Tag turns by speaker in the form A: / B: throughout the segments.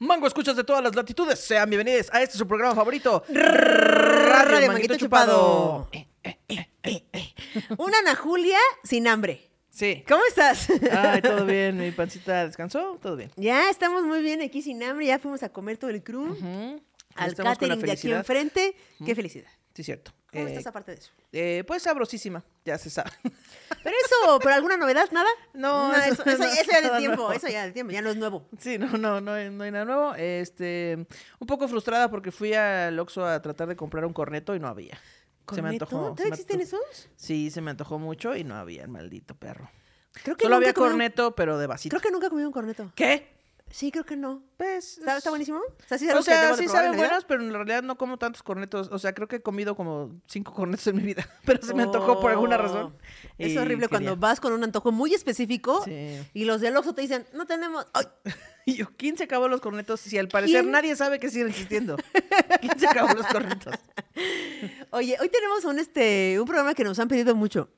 A: Mango, escuchas de todas las latitudes. Sean bienvenidos a este su programa favorito.
B: Radio
A: Manguito
B: Manguito Chupado. Eh. Una Ana Julia sin hambre.
A: Sí.
B: ¿Cómo estás?
A: Ay, todo bien, mi pancita descansó, todo bien.
B: ya estamos muy bien aquí sin hambre. Ya fuimos a comer todo el crew.
A: Ya
B: Al
A: estamos con la
B: catering de aquí
A: felicidad.
B: enfrente. Qué felicidad.
A: Sí, cierto.
B: ¿Cómo
A: Eh,
B: estás aparte de eso?
A: eh, pues sabrosísima, ya se sabe.
B: Pero eso, ¿por alguna novedad? ¿Nada?
A: No,
B: eso, eso-
A: no,
B: eso ya
A: nada
B: del tiempo.
A: nuevo.
B: Eso ya del tiempo. Ya no es nuevo.
A: Sí, no, no, no hay, no hay nada nuevo. Este, un poco frustrada porque fui al Oxxo a tratar de comprar un corneto y no había. Se me
B: ¿Corneto?
A: antojó. se
B: ¿Todavía
A: me
B: existen
A: antojó.
B: esos?
A: Sí, se me antojó mucho y no había el maldito perro.
B: Creo
A: Solo
B: nunca
A: había
B: he comido-
A: corneto, pero de vasito.
B: Creo que nunca he comido un corneto.
A: ¿Qué?
B: Sí, creo que no.
A: Pues.
B: ¿Está, está
A: es-
B: buenísimo? O sea, sí, es
A: O
B: algo que debo
A: sea,
B: de
A: sí
B: probar en
A: saben
B: Navidad.
A: buenos, pero en realidad no como tantos cornetos. O sea, creo que he comido como cinco cornetos en mi vida, pero se me antojó por alguna razón.
B: Oh,
A: Y
B: Es horrible cuando
A: quería.
B: vas con un antojo muy específico
A: Sí.
B: y los del Oxxo te dicen, no tenemos. Ay,
A: Y yo, ¿quién se acabó los cornetos? Si al parecer
B: ¿Quién?
A: nadie sabe que siguen existiendo. ¿Quién se acabó los cornetos?
B: Oye, hoy tenemos un, este, un programa que nos han pedido mucho.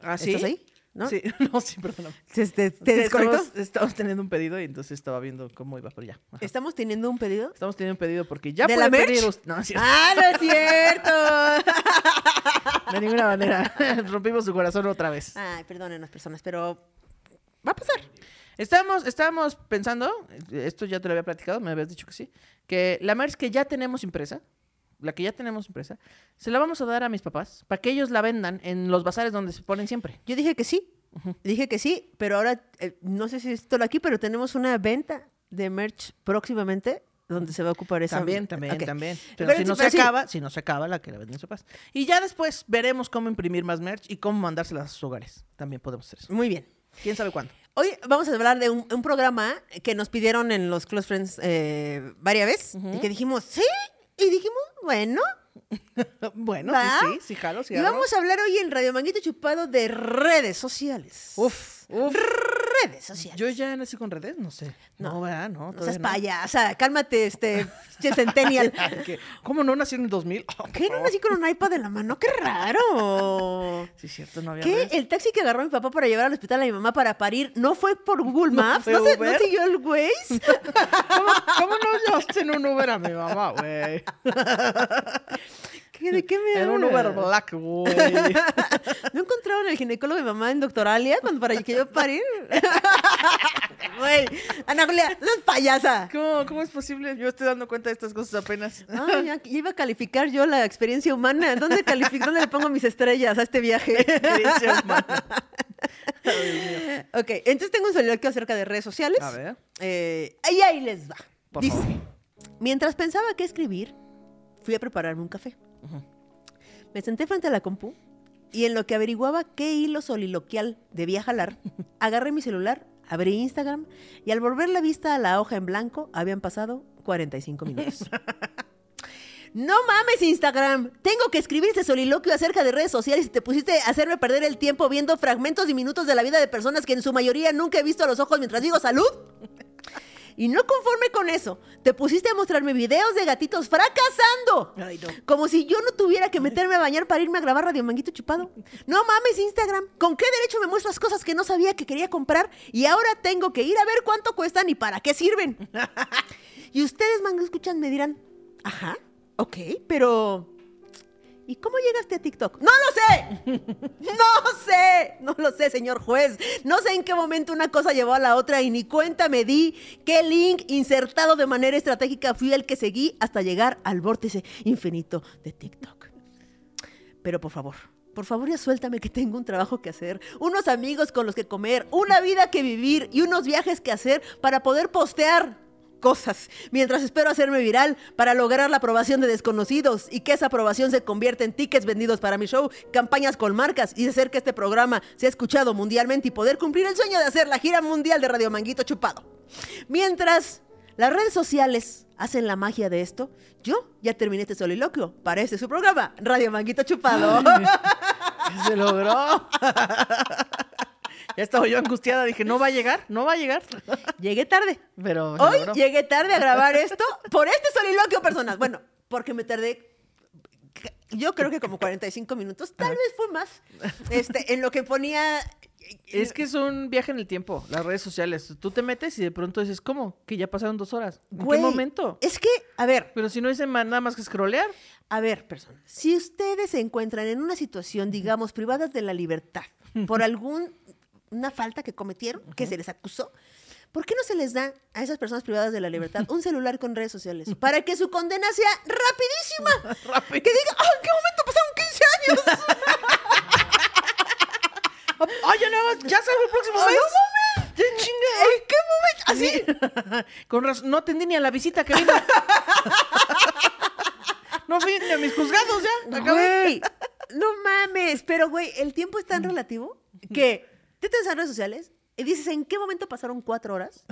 A: ¿Ah, sí?
B: ¿Estás ahí? ¿No?
A: Sí, no, sí, perdóname.
B: ¿Se- ¿Te, te
A: Sí,
B: desconectó?
A: Estamos, estamos teniendo un pedido y entonces estaba viendo cómo iba, pero ya. ajá.
B: ¿Estamos teniendo un pedido?
A: Estamos teniendo un pedido porque ya
B: ¿De
A: puede
B: la merch?
A: pedir us- No, sí,
B: ¡Ah, no es cierto!
A: de ninguna manera. Rompimos su corazón otra vez.
B: Ay, perdónenos, personas, pero va a pasar.
A: Estábamos, estábamos pensando, esto ya te lo había platicado, me habías dicho que sí, que la merch que ya tenemos impresa, la que ya tenemos impresa, se la vamos a dar a mis papás para que ellos la vendan en los bazares donde se ponen siempre.
B: Yo dije que sí. Dije que sí, pero ahora eh, no sé si es todo aquí, pero tenemos una venta de merch próximamente donde se va a ocupar esa.
A: También, también,
B: Ok.
A: también. Pero
B: Pero
A: si
B: sí,
A: no se
B: pero sí.
A: acaba, si no se acaba, la que la venden mis papás. Y ya después veremos cómo imprimir más merch y cómo mandárselas a sus hogares. También podemos hacer eso.
B: Muy bien.
A: ¿Quién sabe cuándo?
B: Hoy vamos a hablar de un, un programa que nos pidieron en los Close Friends eh, varias veces y que dijimos, sí, y dijimos, bueno,
A: Bueno,
B: ¿Va?
A: sí, sí, sí, jalo, sí,
B: y
A: jalo.
B: vamos a hablar hoy en Radio Manguito Chupado de redes sociales.
A: Uf, uf.
B: Redes sociales.
A: Yo ya nací con redes, no sé. No,
B: No.
A: ¿verdad? No,
B: no
A: todavía
B: seas payasa, cálmate, este, che, centennial.
A: Ay, que- ¿Cómo no nací en el 2000? Oh, por
B: ¿Qué? ¿No
A: favor.
B: nací con un iPad en la mano? ¡Qué raro!
A: Sí, cierto, no había
B: ¿Qué?
A: redes.
B: El taxi que agarró mi papá para llevar al hospital a mi mamá para parir no fue por Google
A: ¿No
B: Maps,
A: fue
B: no, se- no
A: Uber?
B: siguió el Waze.
A: ¿Cómo, cómo no llevaste en un Uber a mi mamá, güey?
B: ¿Qué- ¿De qué me
A: En un
B: hablas?
A: Uber Black, güey.
B: ¿No encontraron el ginecólogo de mi mamá en doctoralia cuando para que yo parir? Güey, Ana Julia, no seas payasa.
A: ¿Cómo, ¿Cómo es posible? Yo estoy dando cuenta de estas cosas apenas.
B: Ay, ya, ya iba a calificar yo la experiencia humana. ¿Dónde califico? ¿Dónde le pongo mis estrellas a este viaje?
A: Experiencia humana.
B: ok, entonces tengo un soliloquio acerca de redes sociales.
A: A ver.
B: Eh, ahí, ahí les va.
A: Por
B: Dice,
A: favor.
B: mientras pensaba qué escribir, fui a prepararme un café. Me senté frente a la compu y en lo que averiguaba qué hilo soliloquial debía jalar, agarré mi celular, abrí Instagram y al volver la vista a la hoja en blanco habían pasado 45 minutos. No mames, Instagram. Tengo que escribir este soliloquio acerca de redes sociales y te pusiste a hacerme perder el tiempo viendo fragmentos y minutos de la vida de personas que en su mayoría nunca he visto a los ojos mientras digo salud. Y no conforme con eso, te pusiste a mostrarme videos de gatitos fracasando.
A: Ay, no.
B: Como si yo no tuviera que meterme a bañar para irme a grabar Radio Manguito Chupado. No mames, Instagram. ¿Con qué derecho me muestras cosas que no sabía que quería comprar y ahora tengo que ir a ver cuánto cuestan y para qué sirven? Y ustedes, mango, escuchan, me dirán, ajá, ok, pero... ¿Y cómo llegaste a TikTok? ¡No lo sé! ¡No sé! No lo sé, señor juez. No sé en qué momento una cosa llevó a la otra y ni cuenta me di qué link insertado de manera estratégica fui el que seguí hasta llegar al vórtice infinito de TikTok. Pero por favor, por favor ya suéltame que tengo un trabajo que hacer, unos amigos con los que comer, una vida que vivir y unos viajes que hacer para poder postear cosas mientras espero hacerme viral para lograr la aprobación de desconocidos y que esa aprobación se convierta en tickets vendidos para mi show, campañas con marcas y hacer que este programa sea escuchado mundialmente y poder cumplir el sueño de hacer la gira mundial de Radio Manguito Chupado. Mientras las redes sociales hacen la magia de esto, yo ya terminé este soliloquio para este su programa, Radio Manguito Chupado.
A: Se logró. Ya estaba yo angustiada. Dije, no va a llegar, no va a llegar.
B: Llegué tarde.
A: Pero se
B: Hoy
A: logró.
B: llegué tarde a grabar esto por este soliloquio, personas. Bueno, porque me tardé. Yo creo que como 45 minutos, tal vez fue más. Este, en lo que ponía
A: Es que es un viaje en el tiempo, las redes sociales. Tú te metes y de pronto dices, ¿cómo? Que ya pasaron dos horas. ¿En
B: Güey,
A: qué momento?
B: Es que, a ver,
A: Pero si no hice ma- nada más que scrollear.
B: A ver, personas, si ustedes se encuentran en una situación, digamos, privadas de la libertad por alguna falta que cometieron, que se les acusó, ¿por qué no se les da a esas personas privadas de la libertad un celular con redes sociales para que su condena sea rapidísima?
A: Rápido.
B: Que diga, ¡ah, ¿en qué momento pasaron 15 años!
A: Oye, no, ah, ya salgo el próximo
B: ¡Ah,
A: mes.
B: no mames!
A: ¡Ya chinga!
B: ¿En qué momento? Así,
A: Con razón, no atendí ni a la visita que vino. no fui ni a mis juzgados ya. Acabé.
B: Güey, no mames. Pero, güey, el tiempo es tan relativo que te metes en redes sociales y dices en qué momento pasaron cuatro horas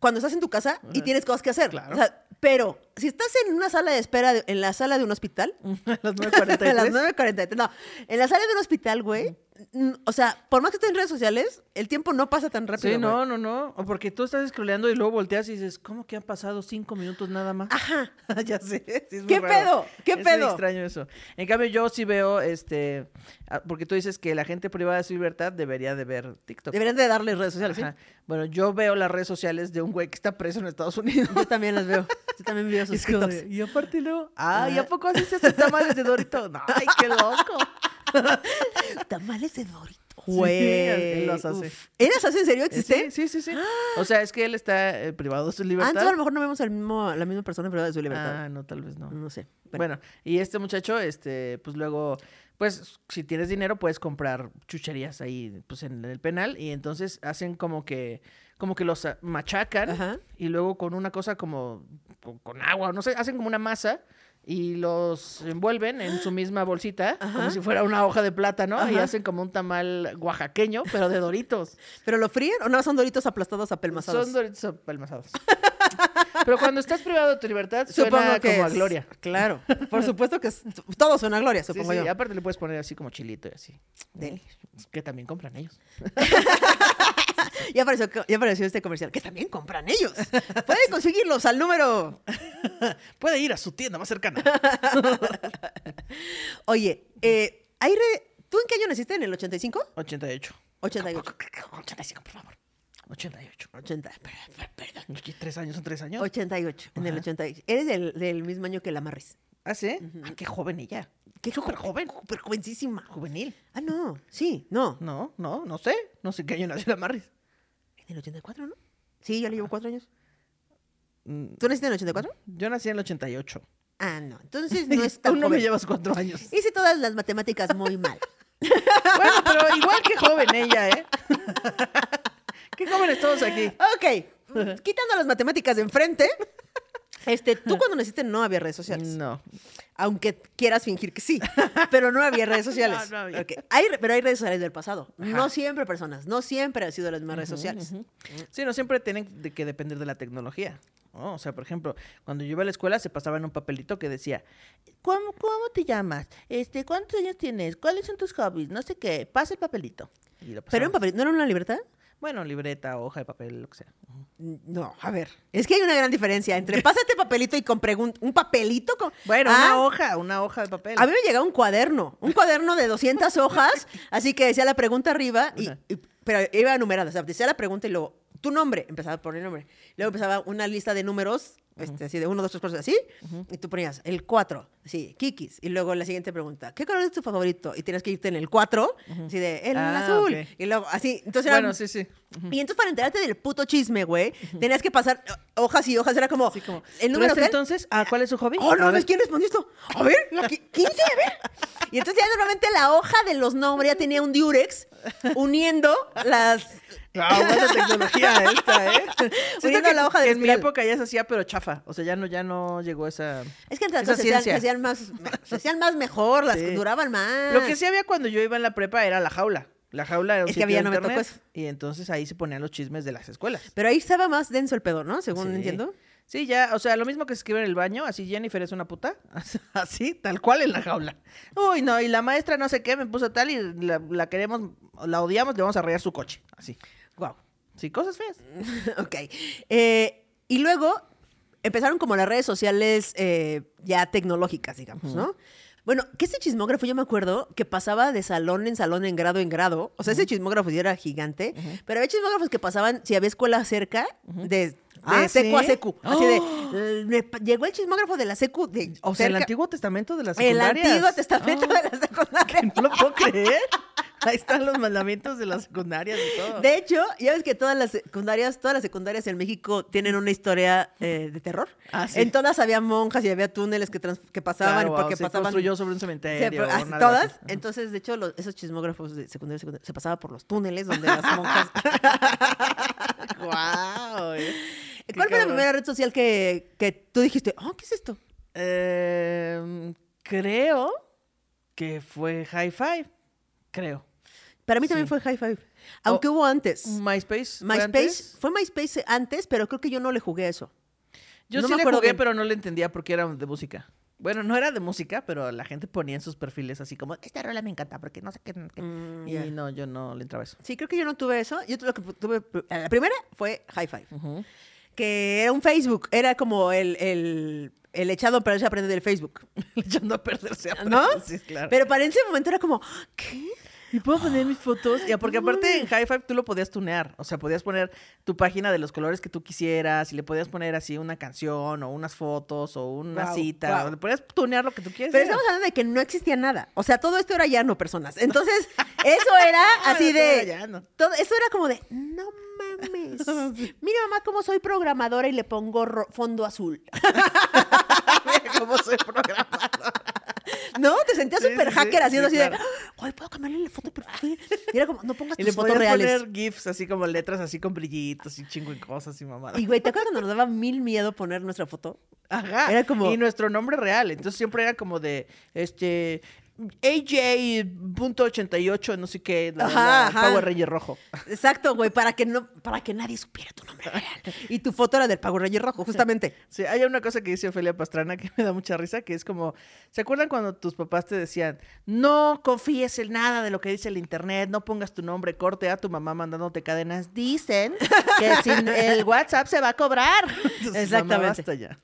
B: cuando estás en tu casa y tienes cosas que hacer.
A: Claro.
B: O sea, pero si estás en una sala de espera, de- en la sala de un hospital,
A: A las
B: a las
A: 9.43.
B: 9.43, no, en la sala de un hospital, güey, n- o sea, por más que estés en redes sociales, el tiempo no pasa tan rápido.
A: Sí,
B: güey.
A: no, no, no. O porque tú estás scrolleando y luego volteas y dices, ¿cómo que han pasado cinco minutos nada más?
B: Ajá.
A: ya sé. sí es muy
B: ¿Qué
A: raro.
B: pedo? ¿Qué
A: Es muy
B: pedo?
A: extraño eso. En cambio, yo sí veo, este, ah, porque tú dices que la gente privada de su libertad debería de ver TikTok.
B: Deberían de darle redes sociales, ¿sí?
A: Ajá. Bueno, yo veo las redes sociales de un güey que está preso en Estados Unidos.
B: Yo también las veo. Yo también veo sus
A: Es como
B: TikToks.
A: de, y aparte luego, ay, ¿a
B: Ah.
A: poco así se hacen tamales de Dorito? No, ay, qué loco.
B: Tamales de Doritos.
A: él los hace.
B: uf. ¿Él las hace en serio?
A: Eh,
B: ¿Existe?
A: Sí, sí, sí, sí. O sea, es que él está eh, privado de su
B: Ah, entonces
A: libertad.
B: a lo mejor no vemos al mismo, la misma persona privada de su libertad.
A: Ah, no, tal vez no.
B: no sé. Bueno,
A: Bueno, y este muchacho, este, pues luego, pues si tienes dinero puedes comprar chucherías ahí, pues en el penal y entonces hacen como que, como que los ah, machacan
B: Ajá.
A: y luego con una cosa como con, con agua, no sé, hacen como una masa y los envuelven en su misma bolsita
B: Ajá.
A: como si fuera una hoja de plátano y
B: Ajá.
A: hacen como un tamal oaxaqueño pero de Doritos.
B: ¿pero lo fríen o no son doritos aplastados apelmazados?
A: Son Doritos apelmazados. pero cuando estás privado de tu libertad suena como a
B: es-
A: gloria.
B: Claro. Por supuesto que es, todo suena a gloria,
A: Sí,
B: supongo
A: sí,
B: yo.
A: aparte le puedes poner así como chilito y así.
B: Deli.
A: Que también compran ellos.
B: Ya apareció, ya apareció este comercial, que también compran ellos. Pueden conseguirlos al número.
A: Puede ir a su tienda más cercana.
B: Oye, eh, Aire, ¿tú en qué año naciste? ¿En el 85?
A: 88.
B: 88.
A: 85, por favor. 88.
B: 80. per- per- Perdón.
A: Oye, ¿Tres años son tres años?
B: 88, en el
A: Ajá.
B: 88. Eres del, del mismo año que la Marris.
A: ¿Ah, sí? Ah, qué joven ella. Qué súper joven.
B: Súper jovencísima.
A: Juvenil.
B: Ah, no, sí, no.
A: No, no, no sé. No sé qué año nació la Marris.
B: En el 84, ¿no? Sí, yo le llevo cuatro años. Ah. Mm. ¿Tú naciste en el 84?
A: Yo nací en el 88.
B: Ah, no. Entonces no es
A: Tú
B: tan
A: no me
B: joven.
A: llevas cuatro años.
B: Hice todas las matemáticas muy mal.
A: bueno, pero igual que joven ella, ¿eh? qué jóvenes todos aquí.
B: ok, mm, quitando las matemáticas de enfrente. Este, tú cuando naciste no había redes sociales,
A: No.
B: aunque quieras fingir que sí, pero no había redes sociales.
A: No, no había.
B: Ok, Hay, re- pero hay redes sociales del pasado. No siempre personas, no siempre han sido las mismas redes sociales.
A: Sí, no siempre tienen de que depender de la tecnología. ¿no? O sea, por ejemplo, cuando yo iba a la escuela se pasaba en un papelito que decía, ¿cómo, cómo te llamas? Este, ¿Cuántos años tienes? ¿Cuáles son tus hobbies? No sé qué. Pasa el papelito. Y lo
B: Pero
A: pasaban.
B: en papel, ¿no era una libertad?
A: Bueno, libreta, hoja de papel, lo que sea.
B: No, a ver. Es que hay una gran diferencia entre pasa este papelito y con pregunta. ¿Un papelito? Con...
A: Bueno,
B: Ah,
A: una hoja, una hoja de papel.
B: A mí me llegaba un cuaderno, un cuaderno de 200 hojas, así que decía la pregunta arriba, y,
A: Ajá.
B: y- pero iba numerada, o sea, decía la pregunta y luego tu nombre, empezaba por el nombre. Luego empezaba una lista de números, este, así de 1, 2, 3, 4, así, y tú ponías el 4, así, Kikis, y luego la siguiente pregunta, ¿qué color es tu favorito? Y tienes que irte en el 4, así de el
A: Ah,
B: azul,
A: ok.
B: y luego así, entonces era-
A: Bueno, sí, sí.
B: y entonces para enterarte del puto chisme, güey, tenías que pasar hojas y hojas. Era como,
A: Así como,
B: el
A: ¿tú
B: número
A: ves
B: tal?
A: entonces? Ah, ¿cuál es su hobby?
B: Oh,
A: A
B: no,
A: ver.
B: ¿ves quién respondió esto? A ver, la qui- 15, a ver. Y entonces ya normalmente la hoja de los nombres ya tenía un diurex uniendo las...
A: Ah, buena tecnología esta, ¿eh?
B: Uniendo la hoja de
A: en mi
B: espiral.
A: época ya se hacía, pero chafa. O sea, ya no, ya no llegó esa...
B: Es que antes las
A: Esa
B: cosas se hacían, se
A: ciencia.
B: hacían más, se hacían más mejor, las
A: Sí.
B: duraban más.
A: Lo que sí había cuando yo iba en la prepa era la jaula. La jaula era un
B: Es que
A: sitio
B: a mí ya
A: de
B: no me
A: internet,
B: tocó eso.
A: Y entonces ahí se ponían los chismes de las escuelas.
B: Pero ahí estaba más denso el pedo, ¿no? Según
A: Sí.
B: entiendo.
A: Sí, ya, o sea, lo mismo que se escribe en el baño, así Jennifer es una puta, así, tal cual en la jaula. Uy, no, y la maestra no sé qué me puso tal y la, la queremos, la odiamos, le vamos a rayar su coche, así.
B: Guau.
A: Sí, cosas feas.
B: ok. Eh, y luego empezaron como las redes sociales eh, ya tecnológicas, digamos, ¿no? Bueno, que ese chismógrafo, yo me acuerdo que pasaba de salón en salón, en grado en grado. O sea, ese chismógrafo sí era gigante. Pero había chismógrafos que pasaban, si había escuela cerca, de, de
A: Ah,
B: secu a
A: ¿sí? ¡Oh!
B: secu. Así de. eh, me pa- llegó el chismógrafo de la secu de.
A: O sea, el
B: cerca.
A: Antiguo Testamento de las
B: El
A: secundarias. ¡Oh!
B: Antiguo Testamento de la secundaria.
A: No lo puedo creer. Ahí están los mandamientos de las secundarias y todo.
B: De hecho, ya ves que todas las secundarias, todas las secundarias en México tienen una historia eh, de terror.
A: Ah, sí.
B: En todas había monjas y había túneles que, trans- que pasaban
A: Claro,
B: porque
A: se
B: pasaban.
A: construyó sobre un
B: se-
A: cementerio. o
B: ah,
A: algo
B: todas.
A: así.
B: Entonces, de hecho, los- esos chismógrafos de secundaria, secundaria se pasaba por los túneles donde las monjas.
A: Guau, eh. Qué
B: ¿Cuál fue la
A: cabrón.
B: primera red social que, que tú dijiste, oh, ¿qué es esto?
A: Em, creo que fue High Five. Creo.
B: Para mí también
A: Sí.
B: fue High Five. Aunque hubo antes.
A: MySpace. fue
B: MySpace,
A: antes.
B: fue MySpace antes, pero creo que yo no le jugué a eso.
A: Yo
B: no
A: sí
B: me
A: le
B: acuerdo
A: jugué,
B: bien.
A: pero no le entendía porque era de música. Bueno, no era de música, pero la gente ponía en sus perfiles así como, esta rola me encanta porque no sé qué. qué".
B: Mm,
A: y
B: ya.
A: no, yo no le entraba eso.
B: Sí, creo que yo no tuve eso. Yo lo que tuve, eh, la primera fue High Five,
A: Ujú.
B: que era un Facebook, era como el, el, el echado para se aprende del Facebook,
A: Echando a perderse. a
B: ¿no?
A: otros, sí, claro.
B: Pero para ese momento era como, ¿qué?
A: Y puedo poner mis fotos. Ya, porque
B: No
A: aparte
B: mames.
A: en High Five tú lo podías tunear. O sea, podías poner tu página de los colores que tú quisieras y le podías poner así una canción o unas fotos o una
B: Guau,
A: cita.
B: guau.
A: o le podías tunear lo que tú quieras.
B: Pero estamos hablando de que no existía nada. O sea, todo esto era ya no personas. Entonces, eso era así
A: todo era
B: de...
A: ya no.
B: Todo, eso era como de, no mames. Mira, mamá, cómo soy programadora y le pongo ro- fondo azul.
A: cómo soy programador.
B: ¿No? Te sentías
A: Sí,
B: súper
A: sí,
B: hacker
A: sí,
B: haciendo
A: sí,
B: así
A: claro.
B: de, "Ah, ay, puedo cambiarle la foto de perfil. Y era como, no pongas
A: Y le
B: tus fotos
A: podías
B: reales.
A: poner GIFs así como letras así con brillitos y chingo y cosas y mamadas.
B: Y güey, ¿te acuerdas cuando nos daba mil miedo poner nuestra foto?
A: Ajá.
B: Era como-
A: Y nuestro nombre real. Entonces siempre era como de, este... AJ.88, no sé qué, la,
B: Ajá,
A: la-
B: ajá.
A: Power Ranger rojo.
B: Exacto, güey, para que no, para que nadie supiera tu nombre real. Y tu foto era del Pago Reyes Rojo, justamente.
A: Sí, hay una cosa que dice Ofelia Pastrana que me da mucha risa, que es como, ¿se acuerdan cuando tus papás te decían, no confíes en nada de lo que dice el internet, no pongas tu nombre, corte a tu mamá mandándote cadenas? Dicen que sin el WhatsApp se va a cobrar. Entonces, mamá,
B: Exactamente.
A: basta ya.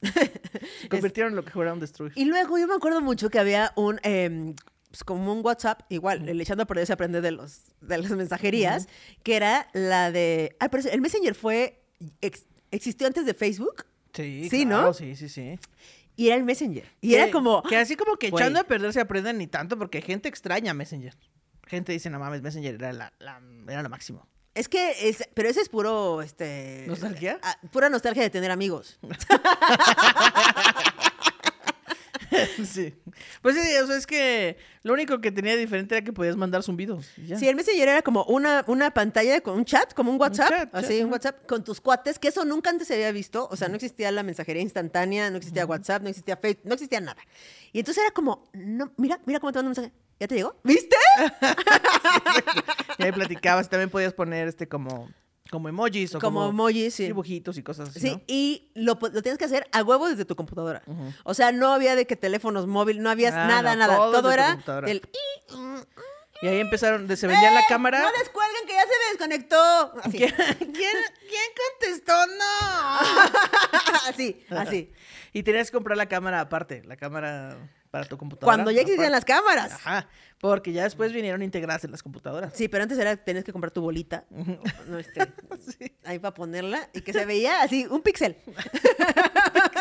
A: Se convirtieron en lo que juraron destruir.
B: Y luego yo me acuerdo mucho que había un em, pues, como un WhatsApp, igual, el echando a perder se aprende de los de las mensajerías, que era la de. Ah, pero el Messenger fue. ex- existió antes de Facebook
A: Sí,
B: Sí, claro, ¿no?
A: Sí, sí, sí.
B: y era el Messenger. Y era como.
A: Que así como que
B: Güey.
A: echando a perder se aprenden ni tanto, porque gente extraña Messenger. Gente dice, no mames, Messenger era, la, la- era lo máximo.
B: Es que es, pero ese es puro, este.
A: ¿Nostalgia?
B: ah, pura nostalgia de tener amigos.
A: Sí. Pues sí, o sea, es que lo único que tenía diferente era que podías mandar zumbidos. y ya.
B: Sí, el Messenger era como una, una pantalla con un chat, como un WhatsApp,
A: chat, chat,
B: así, un
A: ajá.
B: WhatsApp con tus cuates, que eso nunca antes se había visto. O sea, no existía la mensajería instantánea, no existía WhatsApp, no existía Facebook, no existía nada. Y entonces era como, no, mira, mira cómo te mando un mensaje. ¿Ya te llegó? ¿Viste?
A: Y ahí platicabas, también podías poner este como, como emojis o
B: Como
A: como,
B: emojis, sí.
A: dibujitos y cosas así.
B: Sí,
A: ¿no?
B: y lo, po- lo tienes que hacer a huevo desde tu computadora. O sea, no había de que teléfonos móvil, no había
A: Ah,
B: nada,
A: no,
B: nada.
A: todo
B: Todo,
A: desde tu
B: era
A: computadora.
B: del...
A: Y ahí empezaron, de- se vendía la
B: ¡Eh!
A: cámara.
B: No descuelguen que ya se me desconectó. Así.
A: ¿Quién, quién, quién contestó? No.
B: así, así.
A: Y tenías que comprar la cámara aparte, la cámara para tu computadora.
B: Cuando ya existían las cámaras.
A: Ajá, porque ya después vinieron integradas en las computadoras.
B: Sí, pero antes era tenías que comprar tu bolita. No, este,
A: Sí.
B: Ahí para ponerla y que se veía así, un píxel.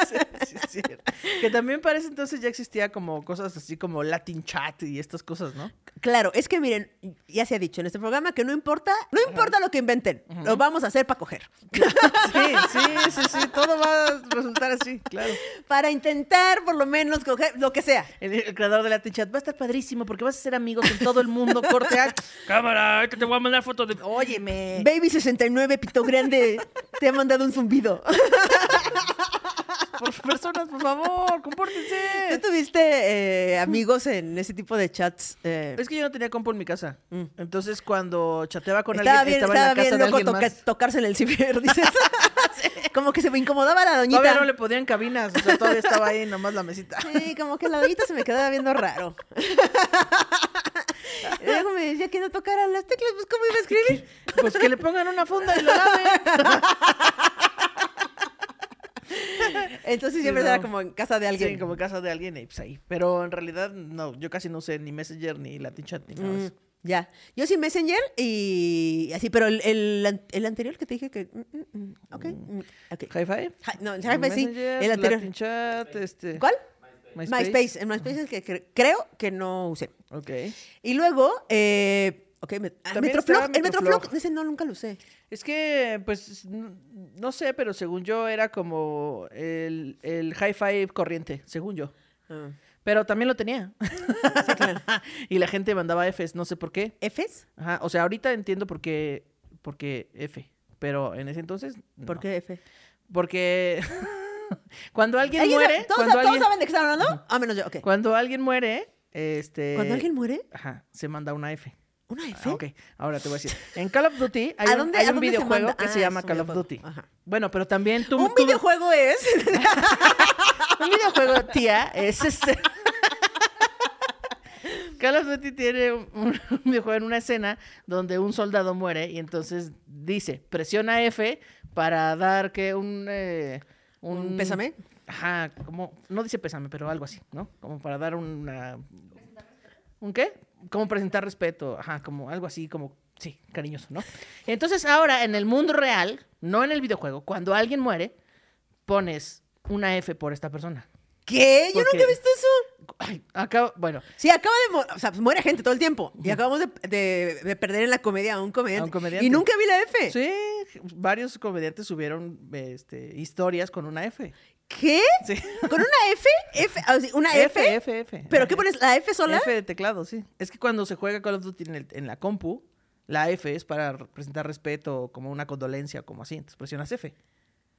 A: Sí, sí, es cierto. Que también parece entonces ya existía como cosas así como Latin Chat y estas cosas, ¿no?
B: Claro, es que miren, ya se ha dicho en este programa que no importa, no importa lo que inventen, lo vamos a hacer para coger.
A: Sí, sí, sí, sí, todo va a resultar así, claro.
B: Para intentar por lo menos coger lo que sea.
A: El, el creador de Latin Chat va a estar padrísimo porque vas a ser amigos con todo el mundo, corte a- Cámara, ahorita te voy a mandar fotos de... Óyeme.
B: Baby 69 Pito Grande te ha mandado un zumbido.
A: Por personas, por favor,
B: ¿Tú
A: compórtense.
B: tuviste eh, amigos en ese tipo de chats? eh,
A: Es que yo no tenía compu en mi casa. Entonces, cuando chateaba con
B: estaba
A: alguien,
B: bien,
A: Mm. estaba,
B: estaba
A: en la casa
B: bien
A: de
B: loco
A: alguien
B: toca-
A: más.
B: tocarse en el ciber, dices. Como que se me incomodaba la doñita.
A: Todavía no le podían cabinas, o sea, todavía estaba ahí nomás la mesita.
B: Sí, como que la doñita se me quedaba viendo raro. Y luego me decía que no tocara las teclas, pues ¿cómo iba a escribir?
A: Pues que le pongan una funda y lo laven.
B: Entonces
A: Sí,
B: siempre
A: no.
B: era como en casa de alguien.
A: Sí, como en casa de alguien y pues ahí. Pero en realidad, no, yo casi no usé ni Messenger, ni Latin Chat, ni nada
B: Mm,
A: más.
B: ya. Yo sí Messenger y así, pero el, el an- el anterior que te dije que... mm, mm, mm, ok, mm, ok.
A: High Five.
B: Hi- No, hi- sí,
A: Messenger,
B: el anterior.
A: Latin Chat, este.
B: ¿Cuál?
A: MySpace.
B: MySpace. El MySpace es el que cre- creo que no usé.
A: Ok.
B: Y luego, eh, ok, me- ah,
A: También
B: Metroflog.
A: estaba
B: El Metroflog,
A: Metroflog.
B: ese no, nunca lo usé.
A: Es que, pues, n- no sé, pero según yo era como el, el High Five corriente, según yo.
B: Ah.
A: Pero también lo tenía. y la gente mandaba Fs, no sé por qué.
B: ¿Fs?
A: Ajá, o sea, ahorita entiendo por qué, por qué F, pero en ese entonces.
B: ¿Por
A: no.
B: qué F?
A: Porque cuando alguien
B: Ellos
A: muere.
B: saben- ¿Todos,
A: cuando,
B: todos
A: alguien,
B: saben de qué están hablando? Ah, menos yo, ok.
A: cuando alguien muere, este.
B: Cuando alguien muere,
A: Ajá, se manda una F.
B: una
A: Ah,
B: F.
A: ok, ahora te voy a decir. En Call of Duty hay
B: ¿A
A: un,
B: dónde-
A: hay
B: a
A: un
B: dónde se
A: videojuego
B: manda?
A: que se
B: Ah,
A: llama
B: es un
A: Call of
B: videojuego.
A: Duty.
B: Ajá.
A: Bueno, pero también tú.
B: Un
A: tú-
B: videojuego es.
A: un videojuego, tía, es este. Call of Duty tiene un, un videojuego en una escena donde un soldado muere y entonces dice, presiona F para dar que un... eh,
B: ¿Un pésame?
A: Ajá, como... No dice pésame, pero algo así, ¿no? Como para dar una... ¿Un qué? Como presentar respeto, ajá, como algo así, como... Sí, cariñoso, ¿no? Entonces ahora en el mundo real, no en el videojuego, cuando alguien muere, pones una F por esta persona.
B: ¿Qué? Yo
A: Porque-
B: nunca he visto eso.
A: Ay, acá, bueno,
B: Sí, acaba de. mo- O sea, pues, muere gente todo el tiempo. Y acabamos de, de- de perder en la comedia a un comediante.
A: A un comediante.
B: Y nunca vi la F.
A: sí, varios comediantes subieron este, historias con una F.
B: ¿Qué?
A: Sí.
B: ¿Con una F? F o sea, ¿Una F?
A: F, F, F.
B: ¿Pero qué pones? ¿La F sola?
A: F de teclado, sí. Es que cuando se juega Call of Duty en, el- en la compu, la F es para presentar respeto, como una condolencia, como así. Entonces presionas F.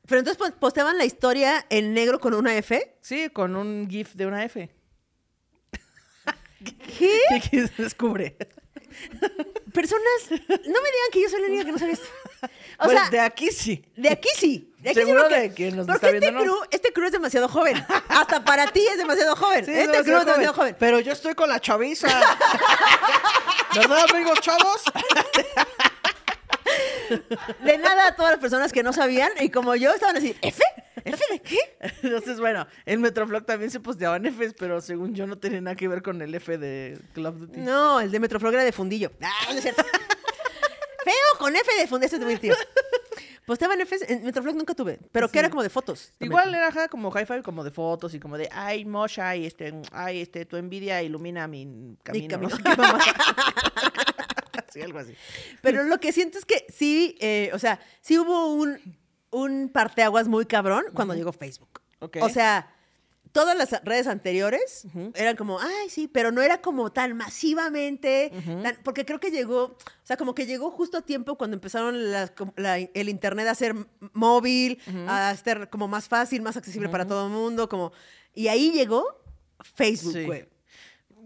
B: Pero entonces pues, posteaban la historia en negro con una F.
A: Sí, con un GIF de una F.
B: ¿Qué?
A: ¿Qué quieres? descubre?
B: Personas, no me digan que yo soy la única que no sabe esto. O
A: Pues
B: sea,
A: de aquí sí.
B: de aquí sí. De aquí sí
A: Seguro
B: porque-
A: de que nos
B: porque
A: está
B: este,
A: viendo, ¿no?
B: crew, este crew es demasiado joven. Hasta para ti es demasiado joven.
A: Sí,
B: este
A: demasiado
B: crew es demasiado joven.
A: Pero yo estoy con la chaviza. ¿Verdad, amigos chavos?
B: De nada a todas las personas que no sabían y como yo estaban así, ¿F? ¿F de qué?
A: Entonces, bueno, en Metroflog también se posteaban Fs, pero según yo no tenía nada que ver con el F de Call of Duty.
B: No, el de Metroflog era de fundillo. Ah, no es cierto. Feo con F de fundillo. Eso es muy tío. Posteaban Fs. En Metroflog nunca tuve. Pero que era como de fotos. también.
A: Igual era ajá, como hi-fi, como de fotos y como de, ay, Mosha, y este, ay, este, tu envidia ilumina mi camino.
B: camino.
A: No sé qué mamá. sí, algo así.
B: Pero lo que siento es que sí, eh, o sea, sí hubo un, un parteaguas muy cabrón cuando llegó Facebook.
A: Ok.
B: O sea, todas las redes anteriores eran como, ay, sí, pero no era como tan masivamente, tan- porque creo que llegó, o sea, como que llegó justo a tiempo cuando empezaron las com- la- el Internet a ser m- móvil, a ser como más fácil, más accesible para todo el mundo, como, y ahí llegó Facebook,
A: Sí.
B: güey.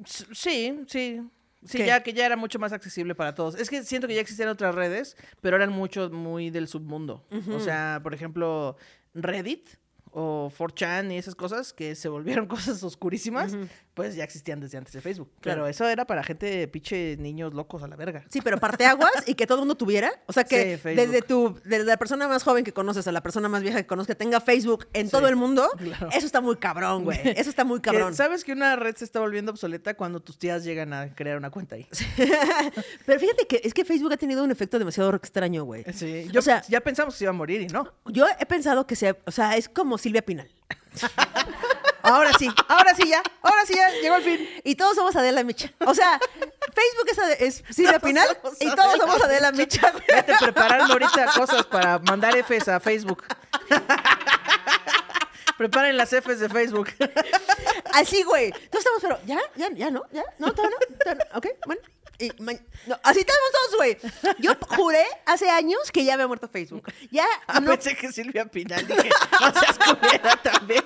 A: S- Sí, sí. Sí,
B: ¿Qué?
A: ya que ya era mucho más accesible para todos. Es que siento que ya existían otras redes, pero eran mucho muy del submundo. O sea, por ejemplo, Reddit o 4chan y esas cosas que se volvieron cosas oscurísimas, pues ya existían desde antes de Facebook.
B: Claro.
A: Pero eso era para gente pinche niños locos a la verga.
B: Sí, pero parteaguas y que todo el mundo tuviera. O sea, que
A: Sí, Facebook.
B: desde, tu, desde la persona más joven que conoces a la persona más vieja que conozca tenga Facebook en todo el mundo,
A: claro.
B: eso está muy cabrón, güey. Eso está muy
A: Que,
B: cabrón.
A: Sabes que una red se está volviendo obsoleta cuando tus tías llegan a crear una cuenta ahí.
B: Pero fíjate que es que Facebook ha tenido un efecto demasiado extraño, güey.
A: Sí. Yo-
B: o sea,
A: ya pensamos que se iba a morir y no.
B: yo he pensado que sea, o sea, es como Silvia Pinal.
A: Ahora sí, ahora sí ya, ahora sí ya, llegó el fin.
B: Y todos somos Adela Micha. O sea, Facebook es, Ade- es Silvia
A: Todos
B: Pinal
A: somos
B: y todos
A: Adela
B: somos Adela Micha. güey.
A: Vete preparando ahorita cosas para mandar Fs a Facebook. Preparen las Fs de Facebook.
B: Así, güey. Todos estamos, pero ya, ya, ya no, ya, no, todavía no, todavía no. Ok, bueno. Y ma- no, así estamos todos, güey. Yo juré hace años que ya había muerto Facebook. Ya
A: Ah,
B: no,
A: Pensé que Silvia Pinal dije, no seas culera también.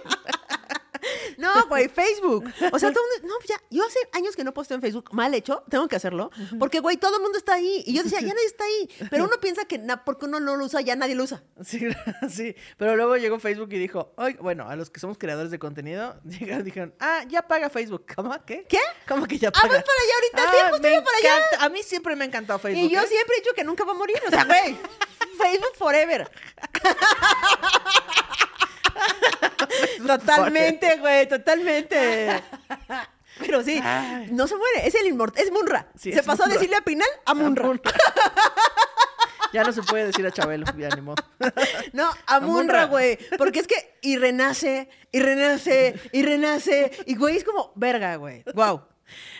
B: no, güey, Facebook. O sea, todo el mundo, no, ya, yo hace años que no posteo en Facebook, mal hecho, tengo que hacerlo, porque güey, todo el mundo está ahí y yo decía, ya nadie está ahí, pero uno piensa que na- porque uno no lo usa, ya nadie lo usa.
A: Sí, sí. Pero luego llegó Facebook y dijo, "Oye, bueno, a los que somos creadores de contenido, llegaron, dijeron, ah, ya paga Facebook. ¿Cómo? ¿Qué?
B: ¿Qué?
A: ¿Cómo que ya
B: Ah,
A: paga?
B: voy para allá ahorita,
A: Ah,
B: sí, justo
A: me
B: iba para allá.
A: encanta. A mí siempre me ha encantado Facebook.
B: Y yo
A: ¿eh?
B: siempre he dicho que nunca va a morir, o sea, güey, Facebook forever. Totalmente, güey, totalmente. Pero sí,
A: Ay.
B: no se muere, es el inmortal, es Munra.
A: Sí,
B: se
A: es
B: pasó a
A: Munra.
B: decirle a Pinal a Munra.
A: Ya no se puede decir a Chabelo, ya ni modo.
B: No, a Munra,
A: Munra.
B: güey. Porque es que y renace, y renace, y renace. Y güey, es como verga, güey. Wow.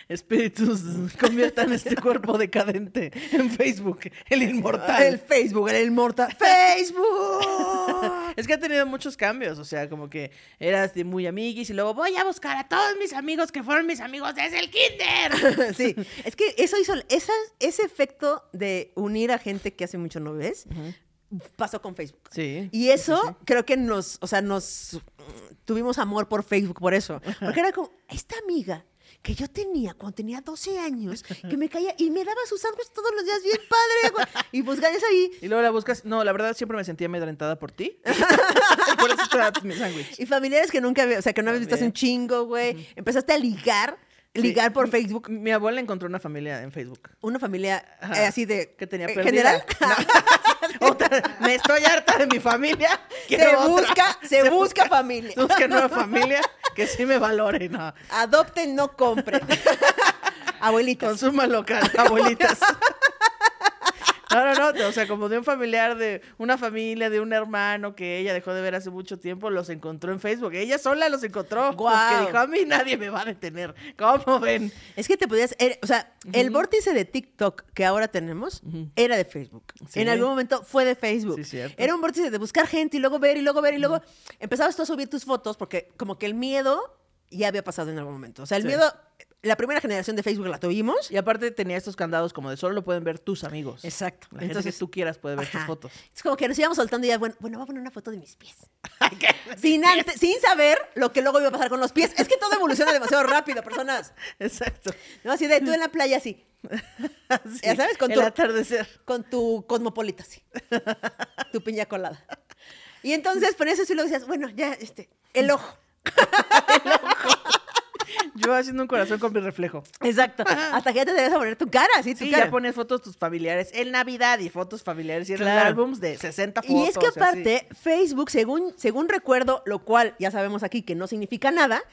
A: Espíritus, conviertan este cuerpo decadente en Facebook, el inmortal.
B: El Facebook, el inmortal. ¡Facebook!
A: Es que ha tenido muchos cambios, o sea, como que eras de muy amiguis y luego voy a buscar a todos mis amigos que fueron mis amigos desde el kinder.
B: sí, es que eso hizo, esa- ese efecto de unir a gente que hace mucho no ves, pasó con Facebook.
A: Sí.
B: Y eso creo que nos, o sea, nos mm, tuvimos amor por Facebook por eso. Porque era como, esta amiga que yo tenía cuando tenía 12 años, que me caía y me daba sus sándwiches todos los días bien padre, güey. Y pues ganas ahí.
A: Y luego la buscas. No, la verdad siempre me sentía amedrentada por ti. por eso estaba mi sándwich.
B: Y familiares que nunca había, o sea, que no habías visto hace un chingo, güey. Empezaste a ligar, ligar
A: Sí.
B: por Facebook.
A: Mi abuela encontró una familia en Facebook.
B: Una familia
A: Ajá.
B: eh, así de...
A: Que tenía
B: eh,
A: perdida.
B: general.
A: No. Otra- me estoy harta de mi familia.
B: Se
A: quiero otra.
B: busca, se busca familia.
A: Se busca nueva familia que sí me valore, ¿no?
B: Adopten, no compren. Abuelitos.
A: Consuma local, abuelitas. No, no, no, o sea, como de un familiar, de una familia, de un hermano que ella dejó de ver hace mucho tiempo, los encontró en Facebook. Ella sola los encontró.
B: Guau.
A: Porque dijo, a mí nadie me va a detener. ¿Cómo ven?
B: Es que te podías, era- o sea, el vórtice de TikTok que ahora tenemos era de Facebook.
A: Sí.
B: En algún momento fue de Facebook.
A: Sí, cierto.
B: Era un vórtice de buscar gente y luego ver y luego ver y luego empezabas tú a subir tus fotos porque como que el miedo ya había pasado en algún momento. O sea, el
A: Sí.
B: miedo, la primera generación de Facebook la tuvimos.
A: Y aparte tenía estos candados como de solo lo pueden ver tus amigos.
B: Exacto.
A: La gente que tú quieras puede ver tus
B: ajá.
A: fotos.
B: Es como que nos íbamos soltando y ya, bueno, bueno, voy a poner una foto de mis pies. Sin, antes- sin saber lo que luego iba a pasar con los pies. Es que todo evoluciona demasiado rápido, personas.
A: Exacto.
B: No, así de tú en la playa, así.
A: Así,
B: Ya sabes, con
A: el
B: tu-
A: atardecer.
B: con tu cosmopolita, sí. tu piña colada. Y entonces, por eso sí lo decías, bueno, ya, este, el ojo.
A: Yo haciendo un corazón con mi reflejo.
B: Exacto. Hasta que ya te debes poner tu cara, sí, tu
A: Sí,
B: cara.
A: ya pones fotos de tus familiares en Navidad y fotos familiares y en
B: Claro.
A: álbums de 60 fotos.
B: Y es que
A: o sea, sí.
B: aparte, Facebook, según, según recuerdo, lo cual ya sabemos aquí que no significa nada,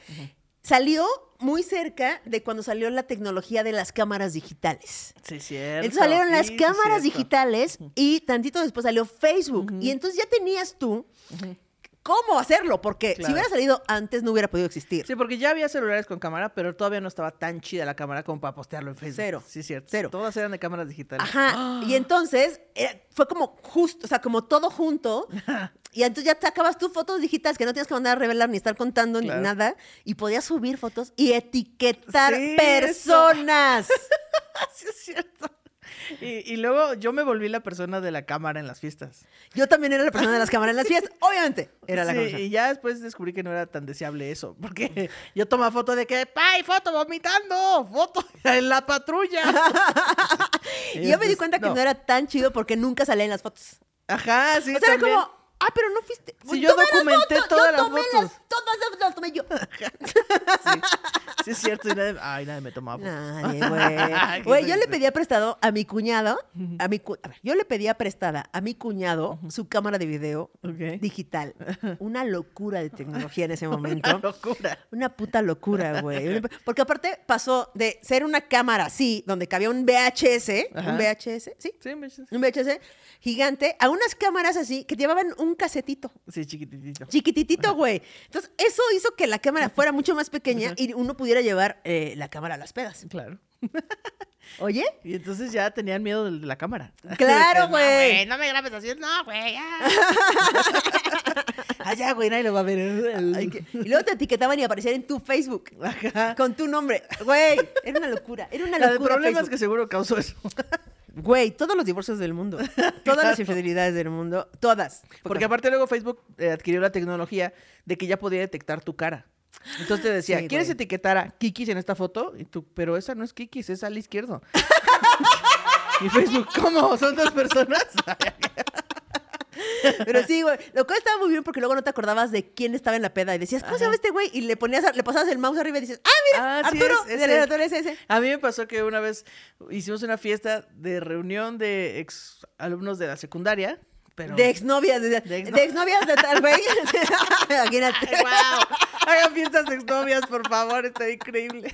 B: salió muy cerca de cuando salió la tecnología de las cámaras digitales.
A: Sí, cierto.
B: Entonces salieron las
A: Sí, sí,
B: cámaras
A: cierto.
B: digitales y tantito después salió Facebook. Y entonces ya tenías tú cómo hacerlo, porque si
A: Claro.
B: hubiera salido antes no hubiera podido existir.
A: Sí, porque ya había celulares con cámara, pero todavía no estaba tan chida la cámara como para postearlo en Facebook.
B: Cero,
A: Sí, cierto.
B: cero.
A: Todas eran de cámaras digitales. ¡Ah!
B: Ajá. Y entonces era- fue como justo, o sea, como todo junto. Y entonces ya te acabas tú fotos digitales que no tienes que mandar a revelar ni estar contando
A: Claro.
B: ni nada. Y podías subir fotos y etiquetar
A: Sí,
B: personas.
A: Sí, es cierto. Y, y luego yo me volví la persona de la cámara en las fiestas.
B: Yo también era la persona de las cámaras en las fiestas, obviamente. Era la
A: Sí,
B: cosa.
A: Y ya después descubrí que no era tan deseable eso, porque yo tomaba foto de que, ¡pay, foto vomitando! ¡Foto en la patrulla!
B: Y yo me di cuenta que no. era tan chido porque nunca salía en las fotos.
A: Ajá, sí,
B: O sea, era
A: también.
B: como, ah, pero no fuiste.
A: Sí, yo
B: Toma las
A: documenté
B: fotos,
A: todas
B: yo
A: las
B: tomé
A: fotos.
B: todas las fotos las tomé yo.
A: Sí, sí es cierto. y nadie- ay, nadie me tomaba foto.
B: Nadie, güey. Güey, yo le pedía prestado a mi cuñado, a mi cu- a ver, yo le pedía prestada a mi cuñado su cámara de video
A: Ok.
B: digital. Una locura de tecnología en ese
A: Una
B: momento.
A: locura.
B: Una puta locura, güey. Porque aparte pasó de ser una cámara así, donde cabía un VHS,
A: Ajá.
B: un VHS, sí,
A: Sí, me dices.
B: un VHS gigante, a unas cámaras así que llevaban un casetito.
A: Sí, chiquititito.
B: Chiquititito, güey. Entonces, eso hizo que la cámara fuera mucho más pequeña y uno pudiera llevar eh, la cámara a las pedas.
A: Claro.
B: Oye,
A: Y entonces ya tenían miedo del- de la cámara.
B: Claro,
A: No,
B: güey.
A: No, me grabes así. No, güey. ya. Ah, ya, güey, nadie lo va a ver.
B: Ay, que- Y luego te etiquetaban y aparecían en tu Facebook.
A: Ajá.
B: Con tu nombre. Güey, era una locura. Era una
A: El
B: locura.
A: problema es que
B: Facebook.
A: seguro causó eso.
B: Güey, todos los divorcios del mundo. Todas las
A: Claro.
B: infidelidades del mundo. Todas.
A: Porque aparte luego Facebook eh, adquirió la tecnología de que ya podía detectar tu cara. Entonces te decía,
B: Sí,
A: ¿quieres
B: güey.
A: etiquetar a Kikis en esta foto? Y tú, pero esa no es Kikis, es al izquierdo. y Facebook, ¿cómo? ¿Son dos personas?
B: Pero sí, güey. Lo cual estaba muy bien porque luego no te acordabas de quién estaba en la peda. Y decías, ¿cómo se llama este güey? Y le ponías, a- le pasabas el mouse arriba y dices, ¡ah, mira!
A: Ah, sí
B: Arturo.
A: es, es
B: del
A: él.
B: Arturo es ese.
A: A mí me pasó que una vez hicimos una fiesta de reunión de ex alumnos de la secundaria, pero...
B: De exnovias, de,
A: De exno-
B: de exnovias de tal güey. Imagínate.
A: ¡Wow! Hagan fiestas de exnovias, por favor, está increíble.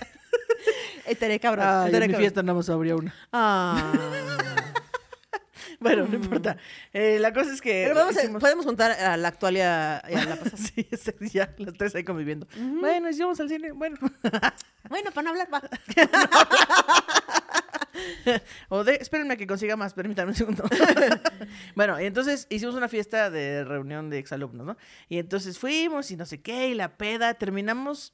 B: Estaré cabrón.
A: Ay,
B: estaré
A: en mi
B: cabrón.
A: fiesta nada más habría una.
B: Ah.
A: Bueno, no importa. Eh, la cosa es que.
B: Pero vamos a-
A: hicimos-
B: podemos contar a la actual y a- y a la pasada.
A: Sí, ese- ya, las tres ahí conviviendo. Bueno, y vamos al cine. Bueno.
B: Bueno, para no hablar, va.
A: o de, espérenme a que consiga más, permítanme un segundo. bueno, y entonces hicimos una fiesta de reunión de exalumnos, ¿no? Y entonces fuimos y no sé qué, y la peda, terminamos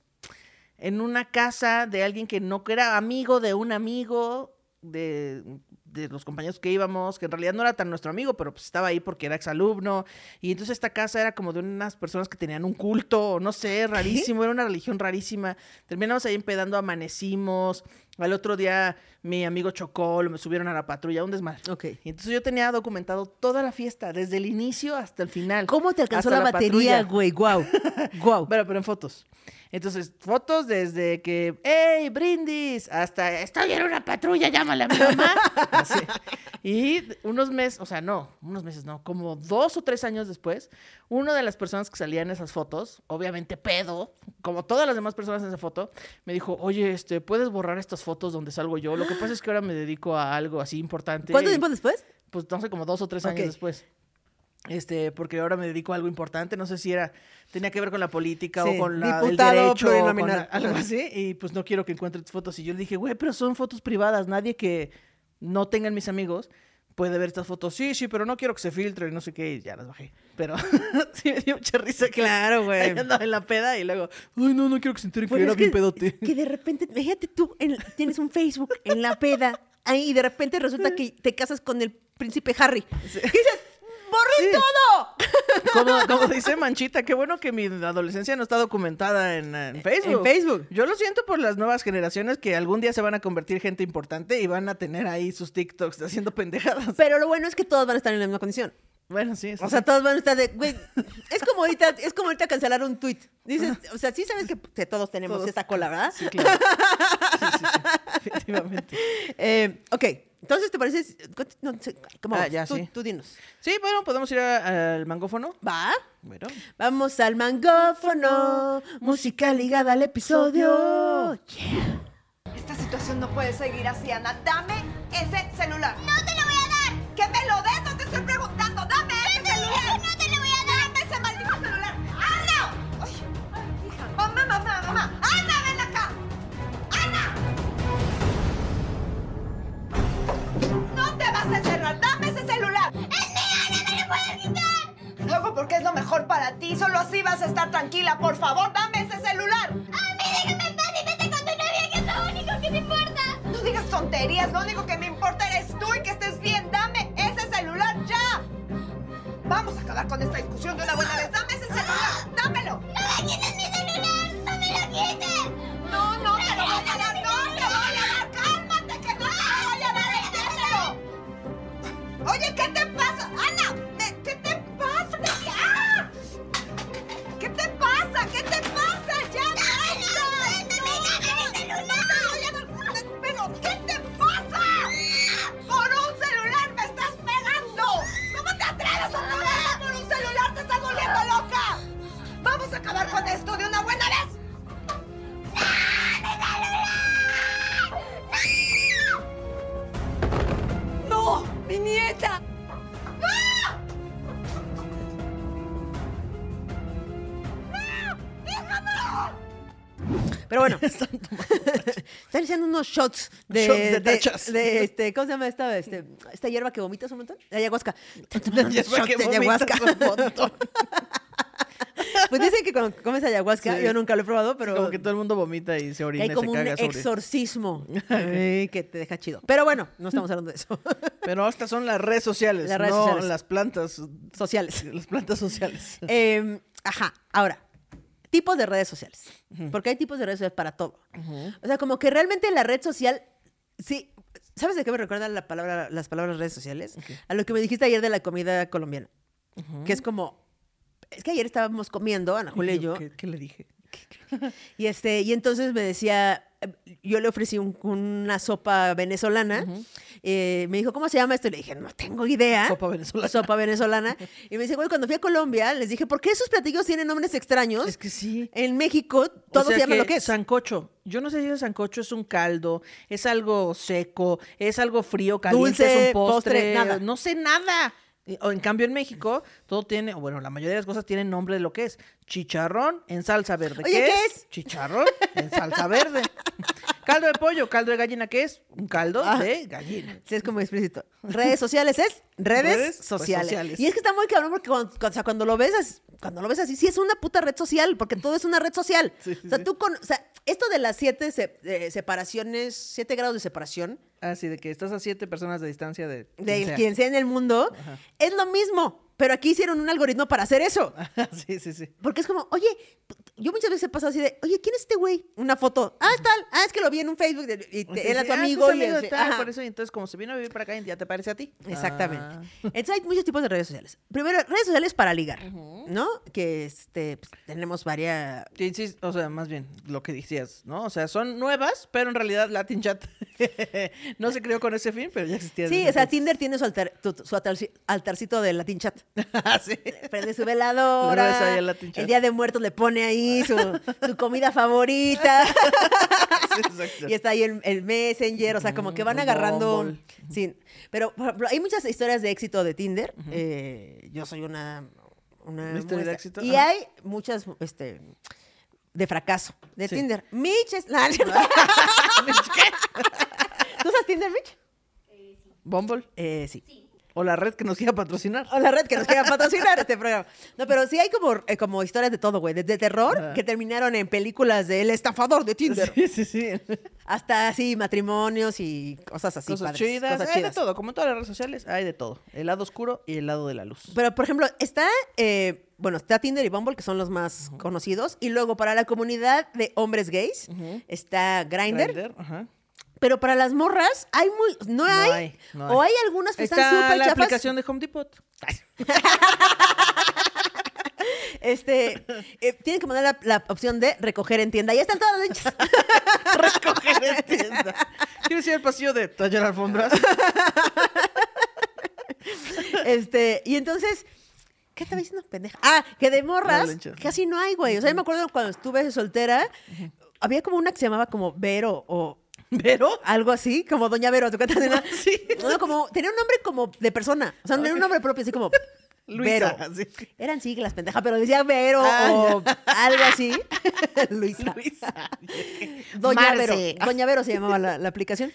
A: en una casa de alguien que no que era amigo de un amigo de, de los compañeros que íbamos, que en realidad no era tan nuestro amigo, pero pues estaba ahí porque era exalumno. Y entonces esta casa era como de unas personas que tenían un culto, o no sé, rarísimo, era una religión rarísima. Terminamos ahí empedando, amanecimos. Al otro día mi amigo chocó, lo- me subieron a la patrulla, un desmadre.
B: Ok.
A: Y entonces yo tenía documentado toda la fiesta, desde el inicio hasta el final.
B: ¿Cómo te alcanzó
A: Hasta
B: la, batería,
A: patrulla.
B: güey? Guau. Guau.
A: Bueno, pero en fotos. Entonces, fotos desde que, ¡hey, brindis! Hasta, estoy en una patrulla, llámale a mi mamá. Así. Y unos meses, o sea, no, unos meses no, como dos o tres años después, una de las personas que salía en esas fotos, obviamente pedo, como todas las demás personas en esa foto, me dijo, oye, este, ¿puedes borrar estas fotos donde salgo yo? Lo que pasa es que ahora me dedico a algo así importante.
B: ¿Cuánto
A: y-
B: tiempo después?
A: pues no sé, como dos o tres
B: Ok.
A: años después. Este, porque ahora me dedico a algo importante, no sé si era, tenía que ver con la política
B: Sí,
A: o con la, el
B: diputado
A: derecho, o con
B: plurinominal.
A: algo así, y pues no quiero que encuentre tus fotos. Y yo le dije, güey, pero son fotos privadas, nadie que no tengan mis amigos puede ver estas fotos. Sí, sí, pero no quiero que se filtre y no sé qué, y ya las bajé. Pero sí me dio mucha risa que
B: Claro,
A: ahí andaba en la peda y luego, ay, no, no quiero que se entere Pues que
B: Bueno,
A: era
B: pues es
A: bien pedote.
B: que de repente, fíjate tú, en- tienes un Facebook en la peda ahí, y de repente resulta que te casas con el príncipe Harry. Y dices, ¡borré
A: Sí.
B: todo!
A: Como, como dice Manchita, qué bueno que mi adolescencia no está documentada en, eh, en Facebook.
B: En Facebook.
A: Yo lo siento por las nuevas generaciones que algún día se van a convertir gente importante y van a tener ahí sus TikToks haciendo pendejadas.
B: Pero lo bueno es que todos van a estar en la misma condición.
A: Bueno, sí. sí.
B: O sea, todos van a estar de, güey, es como ahorita, es como ahorita cancelar un tweet. Dices, o sea, sí sabes que, que todos tenemos
A: Todos.
B: esta cola, ¿verdad?
A: Sí, claro. Sí, sí, sí. Efectivamente.
B: Eh, ok, entonces, ¿te parece? si- No, sé, ¿cómo?
A: Ah,
B: vas?
A: ya,
B: tú,
A: sí.
B: tú dinos.
A: Sí, bueno, podemos ir a- al mangófono.
B: ¿Va?
A: Bueno.
B: Vamos al mangófono, música ligada al episodio.
C: Esta situación no puede seguir así, Ana. Dame ese celular. ¡No te lo voy a dar! ¡Que me lo des! ¡No te estoy preguntando! ¡Dame ese celular! ¡No te lo voy a dar! ¡Dame ese maldito celular! ¡Ana! Ay, ay, hija. ¡Mamá, mamá, mamá! ¡Ana, ven acá! ¡Ana! ¡No te vas a encerrar! ¡Dame ese celular! ¡Es mío! ¡No me lo puedes quitar! Luego, porque es lo mejor para ti. Solo así vas a estar tranquila. Por favor, dame ese celular.
D: A mí déjame en paz y vete con tu novia, que es lo único que te importa.
C: No digas tonterías, lo único que me importa eres tú y que estés bien. Dame ese celular ya. Vamos a acabar con esta discusión de una buena vez. Dame ese celular, dámelo.
D: ¡No me quites mi celular! ¡No me lo quites!
C: No, no te lo voy a dar, no te voy a dar. Cálmate que no te voy a dar. Dámelo. Oye, ¿qué te pasa? Ana, ¿de- ¿qué te pasa? ¿De- ¡Ah! ¿Qué te pasa? ¿Qué te pasa? Ya basta. No te voy a dar- Pero, ¿qué te pasa? Por un celular me estás pegando. ¿Cómo te atreves a pegarme por un celular? Te estás volviendo loca. Vamos a acabar con esto de una buena vez. ¡No! ¡Mi nieta!
B: Pero bueno, están haciendo unos shots de,
A: Shots de tachas.
B: de, este, ¿cómo se llama esta, este, esta hierba que vomitas un montón? La ayahuasca.
A: Hierba
B: Shot
A: que
B: de
A: vomitas
B: ayahuasca.
A: un montón.
B: Pues dicen que cuando comes ayahuasca,
A: Sí.
B: yo nunca lo he probado, pero
A: Como que todo el mundo vomita y se
B: que
A: orina
B: hay
A: y
B: como
A: se
B: un
A: caga sobre.
B: exorcismo eh, que te deja chido. Pero bueno, no estamos hablando de eso.
A: Pero estas son las redes sociales,
B: Las redes
A: no
B: sociales.
A: las plantas,
B: Sociales.
A: las plantas sociales.
B: Eh, ajá, ahora, tipos de redes sociales. Porque hay tipos de redes sociales para todo. O sea, como que realmente la red social, sí, ¿sabes de qué me recuerdan la palabra, las palabras redes sociales? A lo que me dijiste ayer de la comida colombiana. Que es como, es que ayer estábamos comiendo, Ana Julia y yo,
A: ¿Qué, qué le dije?
B: Y, este, y entonces me decía, eh, yo le ofrecí un- una sopa venezolana. Eh, me dijo, ¿cómo se llama esto? Y le dije, no tengo idea.
A: Sopa venezolana.
B: Sopa venezolana. Y me dice, güey, cuando fui a Colombia, les dije, ¿por qué esos platillos tienen nombres extraños?
A: Es que sí.
B: En México todo
A: O sea
B: se llama lo que es.
A: Sancocho. Yo no sé si el sancocho es un caldo, es algo seco, es algo frío, caliente,
B: Dulce,
A: es un postre,
B: postre, nada.
A: no sé nada. Y- O en cambio en México todo tiene, o bueno, la mayoría de las cosas tienen nombre de lo que es. Chicharrón en salsa verde.
B: Oye, ¿qué es?
A: Chicharrón en salsa verde. caldo de pollo, caldo de gallina, ¿qué es? Un caldo
B: Ah.
A: de gallina.
B: Sí, es como explícito. Redes sociales es redes,
A: Redes, pues,
B: sociales.
A: sociales.
B: Y es que está muy cabrón porque cuando, o sea, cuando lo ves, as- cuando lo ves así, sí es una puta red social, porque todo es una red social.
A: Sí, sí,
B: o sea,
A: sí.
B: tú con, o sea, esto de las siete se- eh, separaciones, siete grados de separación,
A: Así de que estás a siete personas de distancia de,
B: de
A: quien sea.
B: quien sea en el mundo,
A: Ajá.
B: es lo mismo. Pero aquí hicieron un algoritmo para hacer eso.
A: sí, sí, sí.
B: Porque es como, oye, yo muchas veces he pasado así de, oye, ¿quién es este güey? Una foto. Ah, es tal. Ah, es que lo vi en un Facebook de- y te-
A: Sí,
B: era
A: sí,
B: tu
A: "Ah, es que
B: amigo.
A: es
B: y
A: amigo de
B: así,
A: tal,
B: ajá.
A: por eso, y entonces como se vino a vivir para acá, ya te parece a ti.
B: Exactamente.
A: Ah.
B: Entonces hay muchos tipos de redes sociales. Primero, redes sociales para ligar, ¿no? Que este, pues, tenemos varias...
A: Que insis- o sea, más bien lo que decías, ¿no? O sea, son nuevas, pero en realidad Latin Chat no se creó con ese fin, pero ya existía.
B: Sí,
A: desde
B: o sea,
A: entonces.
B: Tinder tiene su, altar- tu- tu- su altarci- altarcito de Latin Chat.
A: Ah, sí.
B: Prende su
A: Le pones ahí
B: veladora.
A: el Latin Chat.
B: El Día de Muertos le pone ahí su, su comida favorita.
A: Sí, exacto.
B: y está ahí el, el Messenger. O sea, como que van
A: Ujú,
B: agarrando...
A: Bumble.
B: Sí. Pero por ejemplo, hay muchas historias de éxito de Tinder. Eh, yo soy una... una
A: ¿Una historia de
B: muestra.
A: éxito?
B: Y
A: Ajá.
B: hay muchas... Este, de fracaso de
A: Sí.
B: Tinder. Mitch es. No, no. ¿Tú usas Tinder, Mitch?
A: Bumble
B: Eh, sí.
A: o la red que nos quiera patrocinar.
B: O la red que nos quiera patrocinar este programa. No, pero sí hay como, eh, como historias de todo, güey. Desde terror
A: Ajá.
B: que terminaron en películas de El estafador de Tinder.
A: Sí, sí, sí.
B: Hasta así, matrimonios y cosas así.
A: cosas
B: padres,
A: chidas, Eh,
B: cosas
A: hay
B: chidas.
A: de todo, como en todas las redes sociales, hay de todo. El lado oscuro y el lado de la luz.
B: Pero, por ejemplo, está, eh, bueno, está Tinder y Bumble, que son los más conocidos. Y luego, para la comunidad de hombres gays,
A: Ujú.
B: está Grindr.
A: Grindr, ajá.
B: Pero para las morras hay muy no, hay,
A: no
B: o hay algunas que
A: Está
B: están súper
A: la
B: chafas.
A: aplicación de Home Depot.
B: Este eh, tienen que poner la, la opción de recoger en tienda. Ya están todas las hinchas.
A: Recoger en tienda. ¿Quieres ir al pasillo de tallar alfombras?
B: Este, y entonces ¿Qué estaba diciendo, pendeja? Ah, que de morras
A: Las hinchas.
B: casi no hay, güey. O sea, yo me acuerdo cuando estuve soltera, había como una que se llamaba como Vero o
A: ¿Pero?
B: algo así, como Doña Vero, ¿te cuentas? Era-
A: Ah, Sí.
B: No, como, tenía un nombre como de persona. O sea, no era un nombre propio, así como
A: Luisa,
B: Vero.
A: sí.
B: Eran siglas, pendeja, pero decía Vero
A: Ah,
B: o algo así. Luisa.
A: Luisa.
B: Doña
A: Marce.
B: Vero. Doña Vero se llamaba la, la aplicación.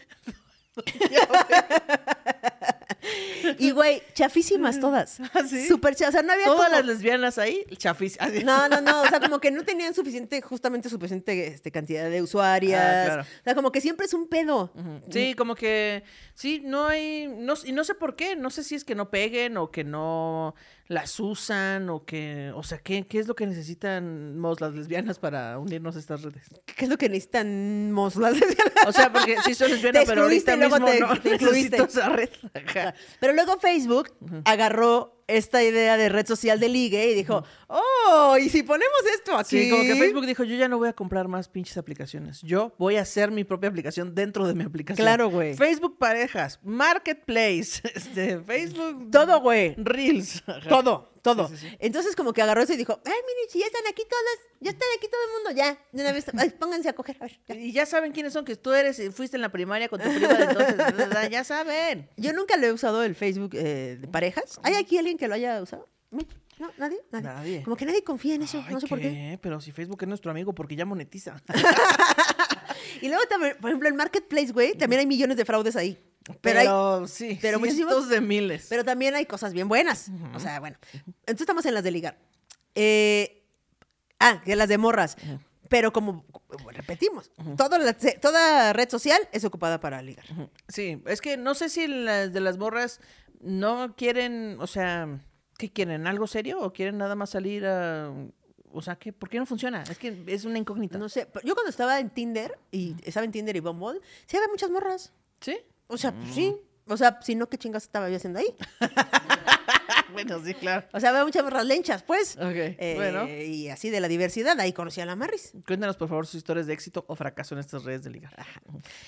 B: Y, güey, chafísimas todas.
A: ¿Ah, sí?
B: Súper chafas. O sea, no había
A: Todas
B: como-
A: las lesbianas ahí, chafis. así.
B: No, no, no. O sea, como que no tenían suficiente, justamente suficiente este, cantidad de usuarias.
A: Ah, claro.
B: O sea, como que siempre es un pedo.
A: Sí, como que sí, no hay, no, y no sé por qué, no sé si es que no peguen o que no las usan o que, o sea, ¿qué, qué es lo que necesitan las lesbianas para unirnos a estas redes?
B: ¿Qué es lo que necesitan moslas?
A: O sea, porque sí son lesbianas,
B: Te
A: pero
B: excluiste
A: ahorita
B: y luego
A: mismo
B: te-
A: no
B: te incluiste.
A: necesito esa red. Ajá.
B: Pero luego Facebook agarró esta idea de red social de ligue y dijo, oh, ¿y si ponemos esto aquí?
A: Sí, como que Facebook dijo, yo ya no voy a comprar más pinches aplicaciones. Yo voy a hacer mi propia aplicación dentro de mi aplicación.
B: Claro, güey.
A: Facebook Parejas, Marketplace, este, Facebook...
B: Todo, güey.
A: Reels. Ajá.
B: Todo, todo.
A: Sí, sí, sí.
B: Entonces como que agarró eso y dijo, ay, miren, si ya están aquí todas, ya están aquí todo el mundo, ya, de una vez, ay, pónganse a coger, a ver, ya".
A: Y ya saben quiénes son, que tú eres, y fuiste en la primaria con tu prima, de entonces, ¿verdad? ya saben.
B: Yo nunca lo he usado el Facebook eh, de parejas. ¿Hay aquí alguien que lo haya usado? No, nadie, nadie.
A: Nadie.
B: Como que nadie confía en eso,
A: Ay,
B: no sé por qué.
A: Pero si Facebook es nuestro amigo, porque ya monetiza.
B: Y luego también, por ejemplo, el marketplace, güey, también hay millones de fraudes ahí. Pero,
A: Pero,
B: hay-
A: sí,
B: pero
A: pero
B: muchísimos-
A: cientos de miles.
B: pero también hay cosas bien buenas. O sea, bueno. Entonces estamos en las de ligar. Eh, ah, que las de morras. Pero como como repetimos, toda, la- toda red social es ocupada para ligar.
A: Sí, es que no sé si las de las morras no quieren, o sea, ¿qué quieren? ¿Algo serio o quieren nada más salir a... O sea, ¿qué, ¿por qué no funciona? Es que es una incógnita.
B: No sé, pero yo cuando estaba en Tinder, y estaba en Tinder y Bumble, sí había muchas morras.
A: ¿Sí? Mm.
B: O sea, pues sí. O sea, si no, ¿qué chingas estaba yo haciendo ahí?
A: bueno, sí, claro.
B: O sea, había muchas morras lenchas, pues.
A: Ok,
B: Eh,
A: bueno.
B: Y así de la diversidad. Ahí conocí a la Marris.
A: Cuéntanos, por favor, sus historias de éxito o fracaso en estas redes de ligar.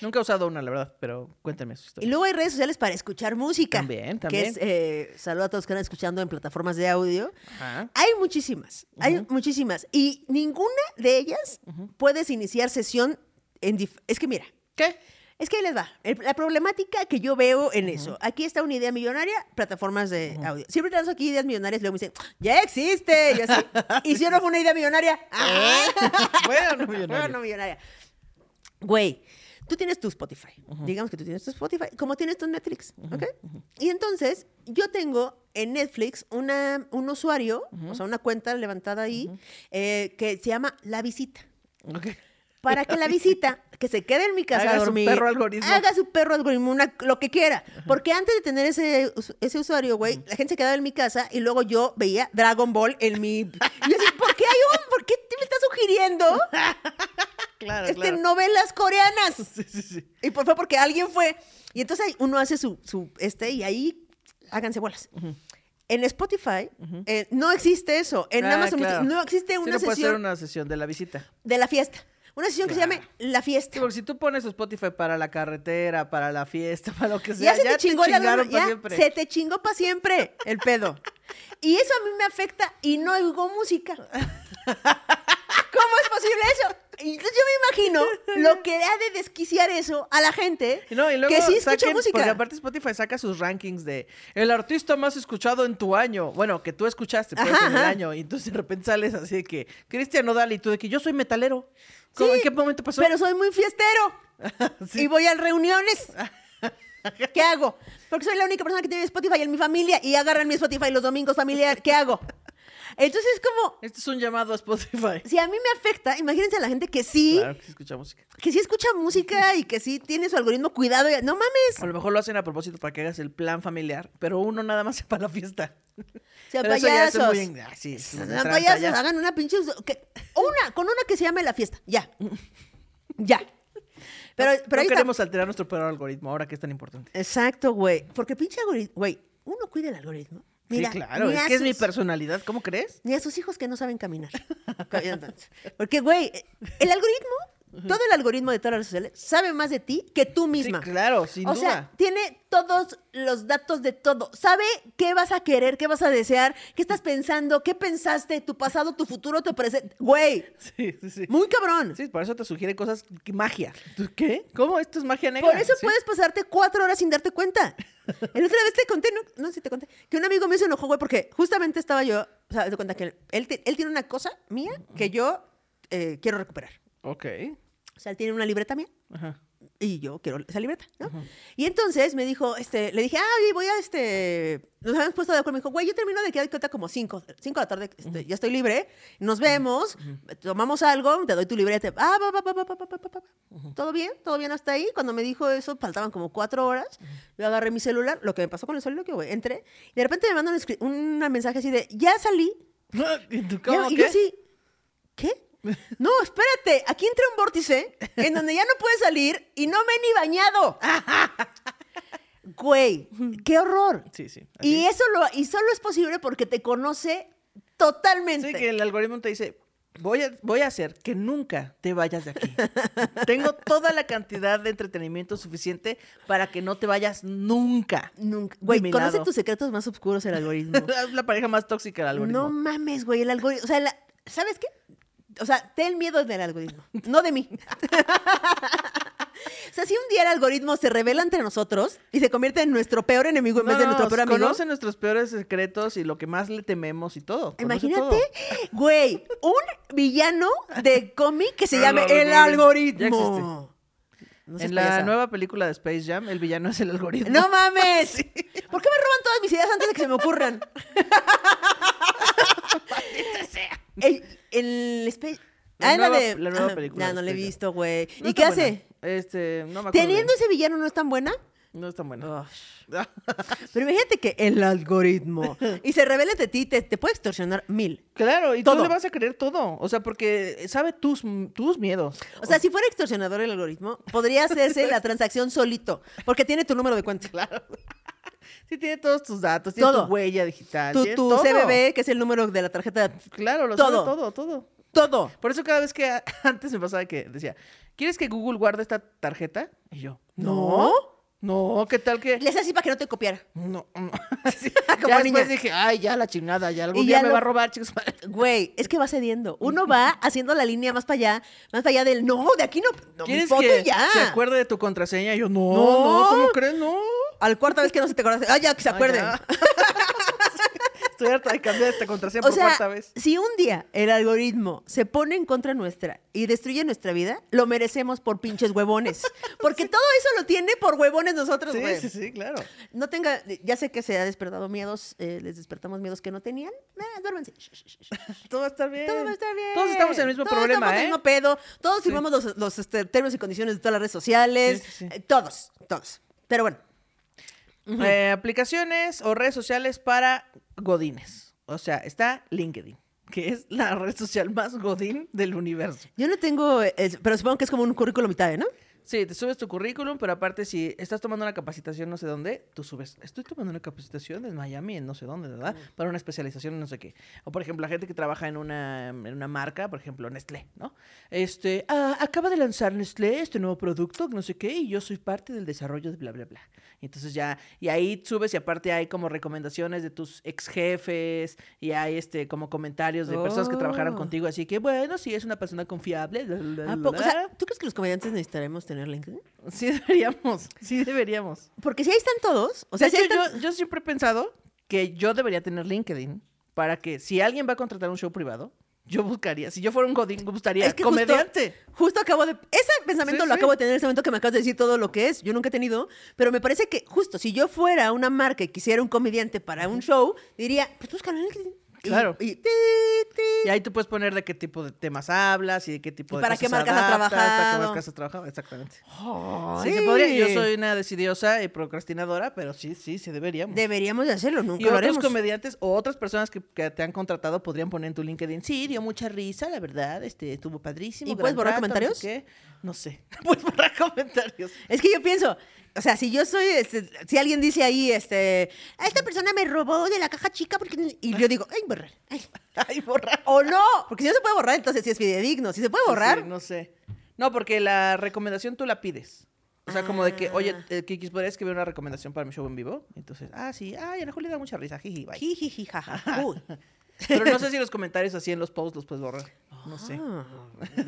A: Nunca he usado una, la verdad, pero cuéntenme sus
B: Y
A: historias.
B: luego hay redes sociales para escuchar música.
A: También, también.
B: Que es, eh, saludo a todos que están escuchando en plataformas de audio.
A: Ajá.
B: Hay muchísimas, hay muchísimas. Y ninguna de ellas puedes iniciar sesión en... dif- Es que mira,
A: ¿Qué?
B: es que ahí les va. El- la problemática que yo veo en eso. Aquí está una idea millonaria, plataformas de audio. Siempre lanzo aquí ideas millonarias, luego me dicen, ya existe. Y así, y si no fue una idea millonaria, ¡ah!
A: Bueno, no, millonario.
B: Bueno, no millonaria. Güey, tú tienes tu Spotify. Digamos que tú tienes tu Spotify, como tienes tu Netflix, ¿ok? Y entonces, yo tengo en Netflix una, un usuario, o sea, una cuenta levantada ahí, eh, que se llama La Visita.
A: Ok.
B: Para que la visita, que se quede en mi casa
A: Haga
B: a
A: su
B: dormir.
A: perro algoritmo.
B: Haga su perro algoritmo, una- lo que quiera. Porque antes de tener ese, us- ese usuario, güey, la gente se quedaba en mi casa y luego yo veía Dragon Ball en mi. Y yo así, ¿por qué hay un.? ¿Por qué te me estás sugiriendo
A: Claro,
B: este,
A: claro.
B: novelas coreanas.
A: Sí, sí, sí.
B: Y por, fue porque alguien fue. Y entonces ahí uno hace su, su este y ahí háganse bolas. En Spotify eh, no existe eso. En
A: Ah,
B: Amazon
A: claro.
B: no existe
A: Sí,
B: una
A: no puede ser
B: sesión
A: una sesión de la visita.
B: de la fiesta. Una sesión que se
A: Claro.
B: llame La
A: Sí,
B: Fiesta.
A: porque si tú pones Spotify para la carretera, para la fiesta, para lo que sea,
B: Ya se te chingó el
A: chingaron
B: algoritmo,
A: para
B: ya
A: siempre.
B: Se te chingó para siempre el pedo. Y eso a mí me afecta y no oigo música. ¿Cómo es posible eso? Y Entonces yo me imagino lo que ha de desquiciar eso a la gente
A: Y No, y luego
B: que sí escucha
A: saquen-
B: música.
A: Porque aparte Spotify saca sus rankings de el artista más escuchado en tu año. Bueno, que tú escuchaste pues,
B: Ajá,
A: en el
B: ajá.
A: año. Y entonces de repente sales así de que Cristian Nodal y tú de que yo soy metalero. ¿Cómo-
B: Sí,
A: ¿En qué momento pasó?
B: Pero soy muy fiestero.
A: Sí.
B: Y voy a reuniones. ¿Qué hago? Porque soy la única persona que tiene Spotify en mi familia y agarran mi Spotify los domingos familiar. ¿Qué hago? Entonces es como,
A: Este es un llamado a Spotify.
B: si a mí me afecta, imagínense a la gente que sí,
A: Claro que se escucha música.
B: que sí escucha música y que sí tiene su algoritmo cuidado. y- no
A: A
B: mames.
A: lo mejor lo hacen a propósito para que hagas el plan familiar, pero uno nada más para la fiesta.
B: O sea,
A: Pero eso ya es
B: payasos.
A: muy en- ah, sí, es una
B: Sean
A: trampa,
B: payasos,
A: ya.
B: hagan una pinche. que- una, con una que se llame la fiesta. Ya. Ya. Pero,
A: no,
B: pero
A: no
B: ahí está.
A: queremos alterar nuestro peor algoritmo ahora que es tan importante.
B: Exacto, güey. Porque pinche algoritmo, güey, uno cuida el algoritmo. Mira,
A: sí, claro,
B: ni
A: es
B: a
A: que es mi
B: sus-
A: personalidad, ¿cómo crees?
B: Ni a sus hijos que no saben caminar. Porque, güey, el algoritmo, todo el algoritmo de todas las redes sociales sabe más de ti que tú misma.
A: Sí, claro, sin
B: o
A: duda.
B: sea, tiene todos los datos de todo. Sabe qué vas a querer, qué vas a desear, qué estás pensando, qué pensaste, tu pasado, tu futuro, tu presente. Güey,
A: sí, sí, sí.
B: muy cabrón.
A: Sí, por eso te sugiere cosas que- magia. ¿Tú ¿Qué? ¿Cómo? Esto es magia negra.
B: Por eso
A: Sí.
B: puedes pasarte cuatro horas sin darte cuenta. El otra vez te conté, no, no sé si te conté, que un amigo mío se enojó, güey, porque justamente estaba yo, o sea, haz de cuenta que él, él te- él tiene una cosa mía que yo eh, quiero recuperar.
A: Ok.
B: O sea, él tiene una libreta mía
A: Ajá.
B: y yo quiero esa libreta, ¿no? Y entonces me dijo, este, le dije, ah, oye, voy a, este, nos habíamos puesto de acuerdo. Me dijo, güey, yo termino de quedar ahorita como cinco, cinco de la tarde, este, ya estoy libre, nos vemos, tomamos algo, te doy tu libreta. Ah, va, va, va, va, va, va, va, va, va. ¿Todo bien? ¿Todo bien hasta ahí? Cuando me dijo eso, faltaban como cuatro horas, yo agarré mi celular, lo que me pasó con el celular, que güey, entré, y de repente me mandan un, escri- un mensaje así de, ya salí,
A: ¿Y tú
B: ya-
A: cómo?
B: y
A: qué?
B: yo así, ¿qué? No, espérate, aquí entra un vórtice en donde ya no puedes salir y no me he ni bañado. Güey, qué horror.
A: Sí, sí, así
B: Y eso lo, y solo es posible porque te conoce totalmente.
A: Sí, que el algoritmo te dice, voy a, voy a hacer que nunca te vayas de aquí. Tengo toda la cantidad de entretenimiento suficiente para que no te vayas nunca.
B: Nunca- Güey,
A: de mi
B: conoce
A: lado.
B: tus secretos más oscuros el algoritmo.
A: Es la pareja más tóxica del algoritmo.
B: no mames, güey, el algoritmo. O sea, la- ¿sabes qué? O sea, ten miedo del algoritmo, no de mí. O sea, si un día el algoritmo se revela entre nosotros y se convierte en nuestro peor enemigo en
A: No,
B: vez de
A: no,
B: nuestro peor amigo.
A: Conoce nuestros peores secretos y lo que más le tememos y todo. Conoce
B: Imagínate,
A: todo.
B: güey, un villano de cómic que se
A: El
B: llame El
A: algoritmo.
B: Algoritmo. No seas
A: en la
B: payasa.
A: nueva película de Space Jam, el villano es el algoritmo.
B: ¡No mames! ¿Por qué me roban todas mis ideas antes de que se me ocurran? el, el Space-
A: La
B: Ah, es la
A: nueva-
B: de-
A: la nueva
B: Ajá,
A: película
B: Ya,
A: de
B: no la he
A: Space Jam.
B: visto, güey.
A: No
B: ¿Y
A: está
B: qué hace?
A: buena. Este, no me acuerdo.
B: Teniendo ese villano no es tan buena.
A: No es tan bueno.
B: Ush. Pero imagínate que el algoritmo y se revela de ti, te, te puede extorsionar mil.
A: Claro, y tú
B: Todo.
A: le vas a creer todo. O sea, porque sabe tus, tus miedos.
B: O sea, si fuera extorsionador el algoritmo, podría hacerse la transacción solito, porque tiene tu número de cuenta.
A: Sí tiene todos tus datos, tiene
B: Todo.
A: tu huella digital,
B: Tu,
A: tiene
B: tu
A: todo.
B: CBB, que es el número de la tarjeta.
A: Claro, lo
B: Todo.
A: sabe todo, todo.
B: Todo.
A: Por eso cada vez que antes me pasaba que decía, ¿quieres que Google guarde esta tarjeta? Y yo,
B: ¿No?
A: no, no, ¿qué tal que?
B: Les así para que no te copiara.
A: No, no. Sí.
B: Como
A: ya después
B: niña.
A: dije, ay, ya la chingada, ya algún
B: Y
A: día
B: ya
A: me
B: lo-
A: va a robar, chicos.
B: Güey, es que va cediendo. Uno va haciendo la línea más para allá, más para allá del no, de aquí no, no mi
A: ¿Quieres
B: foto
A: que
B: y ya.
A: se acuerde de tu contraseña? Y yo, no,
B: No.
A: no, ¿cómo crees? No.
B: Al cuarta vez que no se te acuerda, ah, ya que se
A: Ay,
B: acuerden.
A: ya. Estoy harta de cambiar esta contraseña
B: O
A: por
B: sea,
A: cuarta vez.
B: si un día el algoritmo se pone en contra nuestra y destruye nuestra vida, lo merecemos por pinches huevones. Porque todo eso lo tiene por huevones nosotros,
A: Sí,
B: güey.
A: sí, sí, claro.
B: No tenga, ya sé que se ha despertado miedos, eh, les despertamos miedos que no tenían. Eh, duérmanse. Shh, shh, shh, shh.
A: Todo va a estar bien.
B: Todo va a estar bien.
A: Todos estamos en el mismo
B: Todos
A: problema,
B: estamos en
A: ¿eh?
B: el mismo pedo. Todos firmamos los, los, este, términos y condiciones de todas las redes sociales.
A: Sí, sí, sí.
B: Eh, todos, todos. Pero bueno,
A: Eh, aplicaciones o redes sociales para godines. O sea, está LinkedIn, que es la red social más godín del universo.
B: yo no tengo, eh, es- pero supongo que es como un currículum mitad, ¿no?
A: Sí, te subes tu currículum, pero aparte si estás tomando una capacitación no sé dónde, tú subes, estoy tomando una capacitación en Miami, en no sé dónde, ¿verdad? Para una especialización en no sé qué. O por ejemplo, la gente que trabaja en una, en una marca, por ejemplo, Nestlé, ¿no? Este, "Ah, acaba de lanzar Nestlé este nuevo producto, no sé qué, y yo soy parte del desarrollo de bla, bla, bla. Y entonces ya, y ahí subes y aparte hay como recomendaciones de tus ex jefes y hay este como comentarios de personas que trabajaron
B: Oh.
A: contigo, así que bueno, si es una persona confiable, bla, bla, bla,
B: ¿A
A: bla,
B: poco? O
A: bla.
B: sea, ¿tú crees que los comediantes necesitaremos tener LinkedIn?
A: Sí deberíamos, sí deberíamos.
B: Porque si ahí están todos, o sea,
A: De
B: si ahí
A: hecho,
B: están-
A: yo, yo siempre he pensado que yo debería tener LinkedIn para que si alguien va a contratar un show privado, yo buscaría, si yo fuera un godín, buscaría
B: Es que justo-
A: comediante.
B: Justo acabo de. Ese pensamiento
A: Sí,
B: lo
A: sí.
B: acabo de tener en ese momento que me acabas de decir todo lo que es. Yo nunca he tenido. Pero me parece que, justo, si yo fuera una marca y quisiera un comediante para un show, diría, pues búscalo en LinkedIn. Y-
A: Claro.
B: Y, ti, ti.
A: Y ahí tú puedes poner de qué tipo de temas hablas y de qué tipo
B: ¿Y
A: de
B: para qué
A: cosas
B: marcas has
A: adaptas, ¿Para qué
B: trabajado?
A: marcas has trabajado? Exactamente.
B: Ay.
A: Sí, se podría. Yo soy una decidiosa y procrastinadora, pero sí, sí, sí deberíamos.
B: Deberíamos de hacerlo, nunca
A: y
B: lo
A: otros
B: haremos.
A: comediantes o otras personas que, que te han contratado podrían poner en tu LinkedIn. Sí, dio mucha risa, la verdad. Este, estuvo padrísimo.
B: ¿Y puedes
A: gran
B: borrar
A: trato, no
B: comentarios?
A: sé qué. No sé. Puedes borrar comentarios.
B: Es que yo pienso, o sea, si yo soy, este, si alguien dice ahí, este, "A esta persona me robó de la caja chica, porque... y yo digo, ay, borrar. ay".
A: Ay, borrar.
B: O no, porque si no se puede borrar, entonces sí es fidedigno. Si se puede borrar,
A: Sí, no sé. No, porque la recomendación tú la pides. O sea, como de que, oye,
B: Ah.
A: eh, Kikis, ¿podrías escribir una recomendación para mi show en vivo? Entonces, ah, sí, ay, Ana Julia da mucha risa, jiji, bye.
B: jijiji, jaja. Uy.
A: Pero no sé si los comentarios así en los posts los puedes borrar. No sé.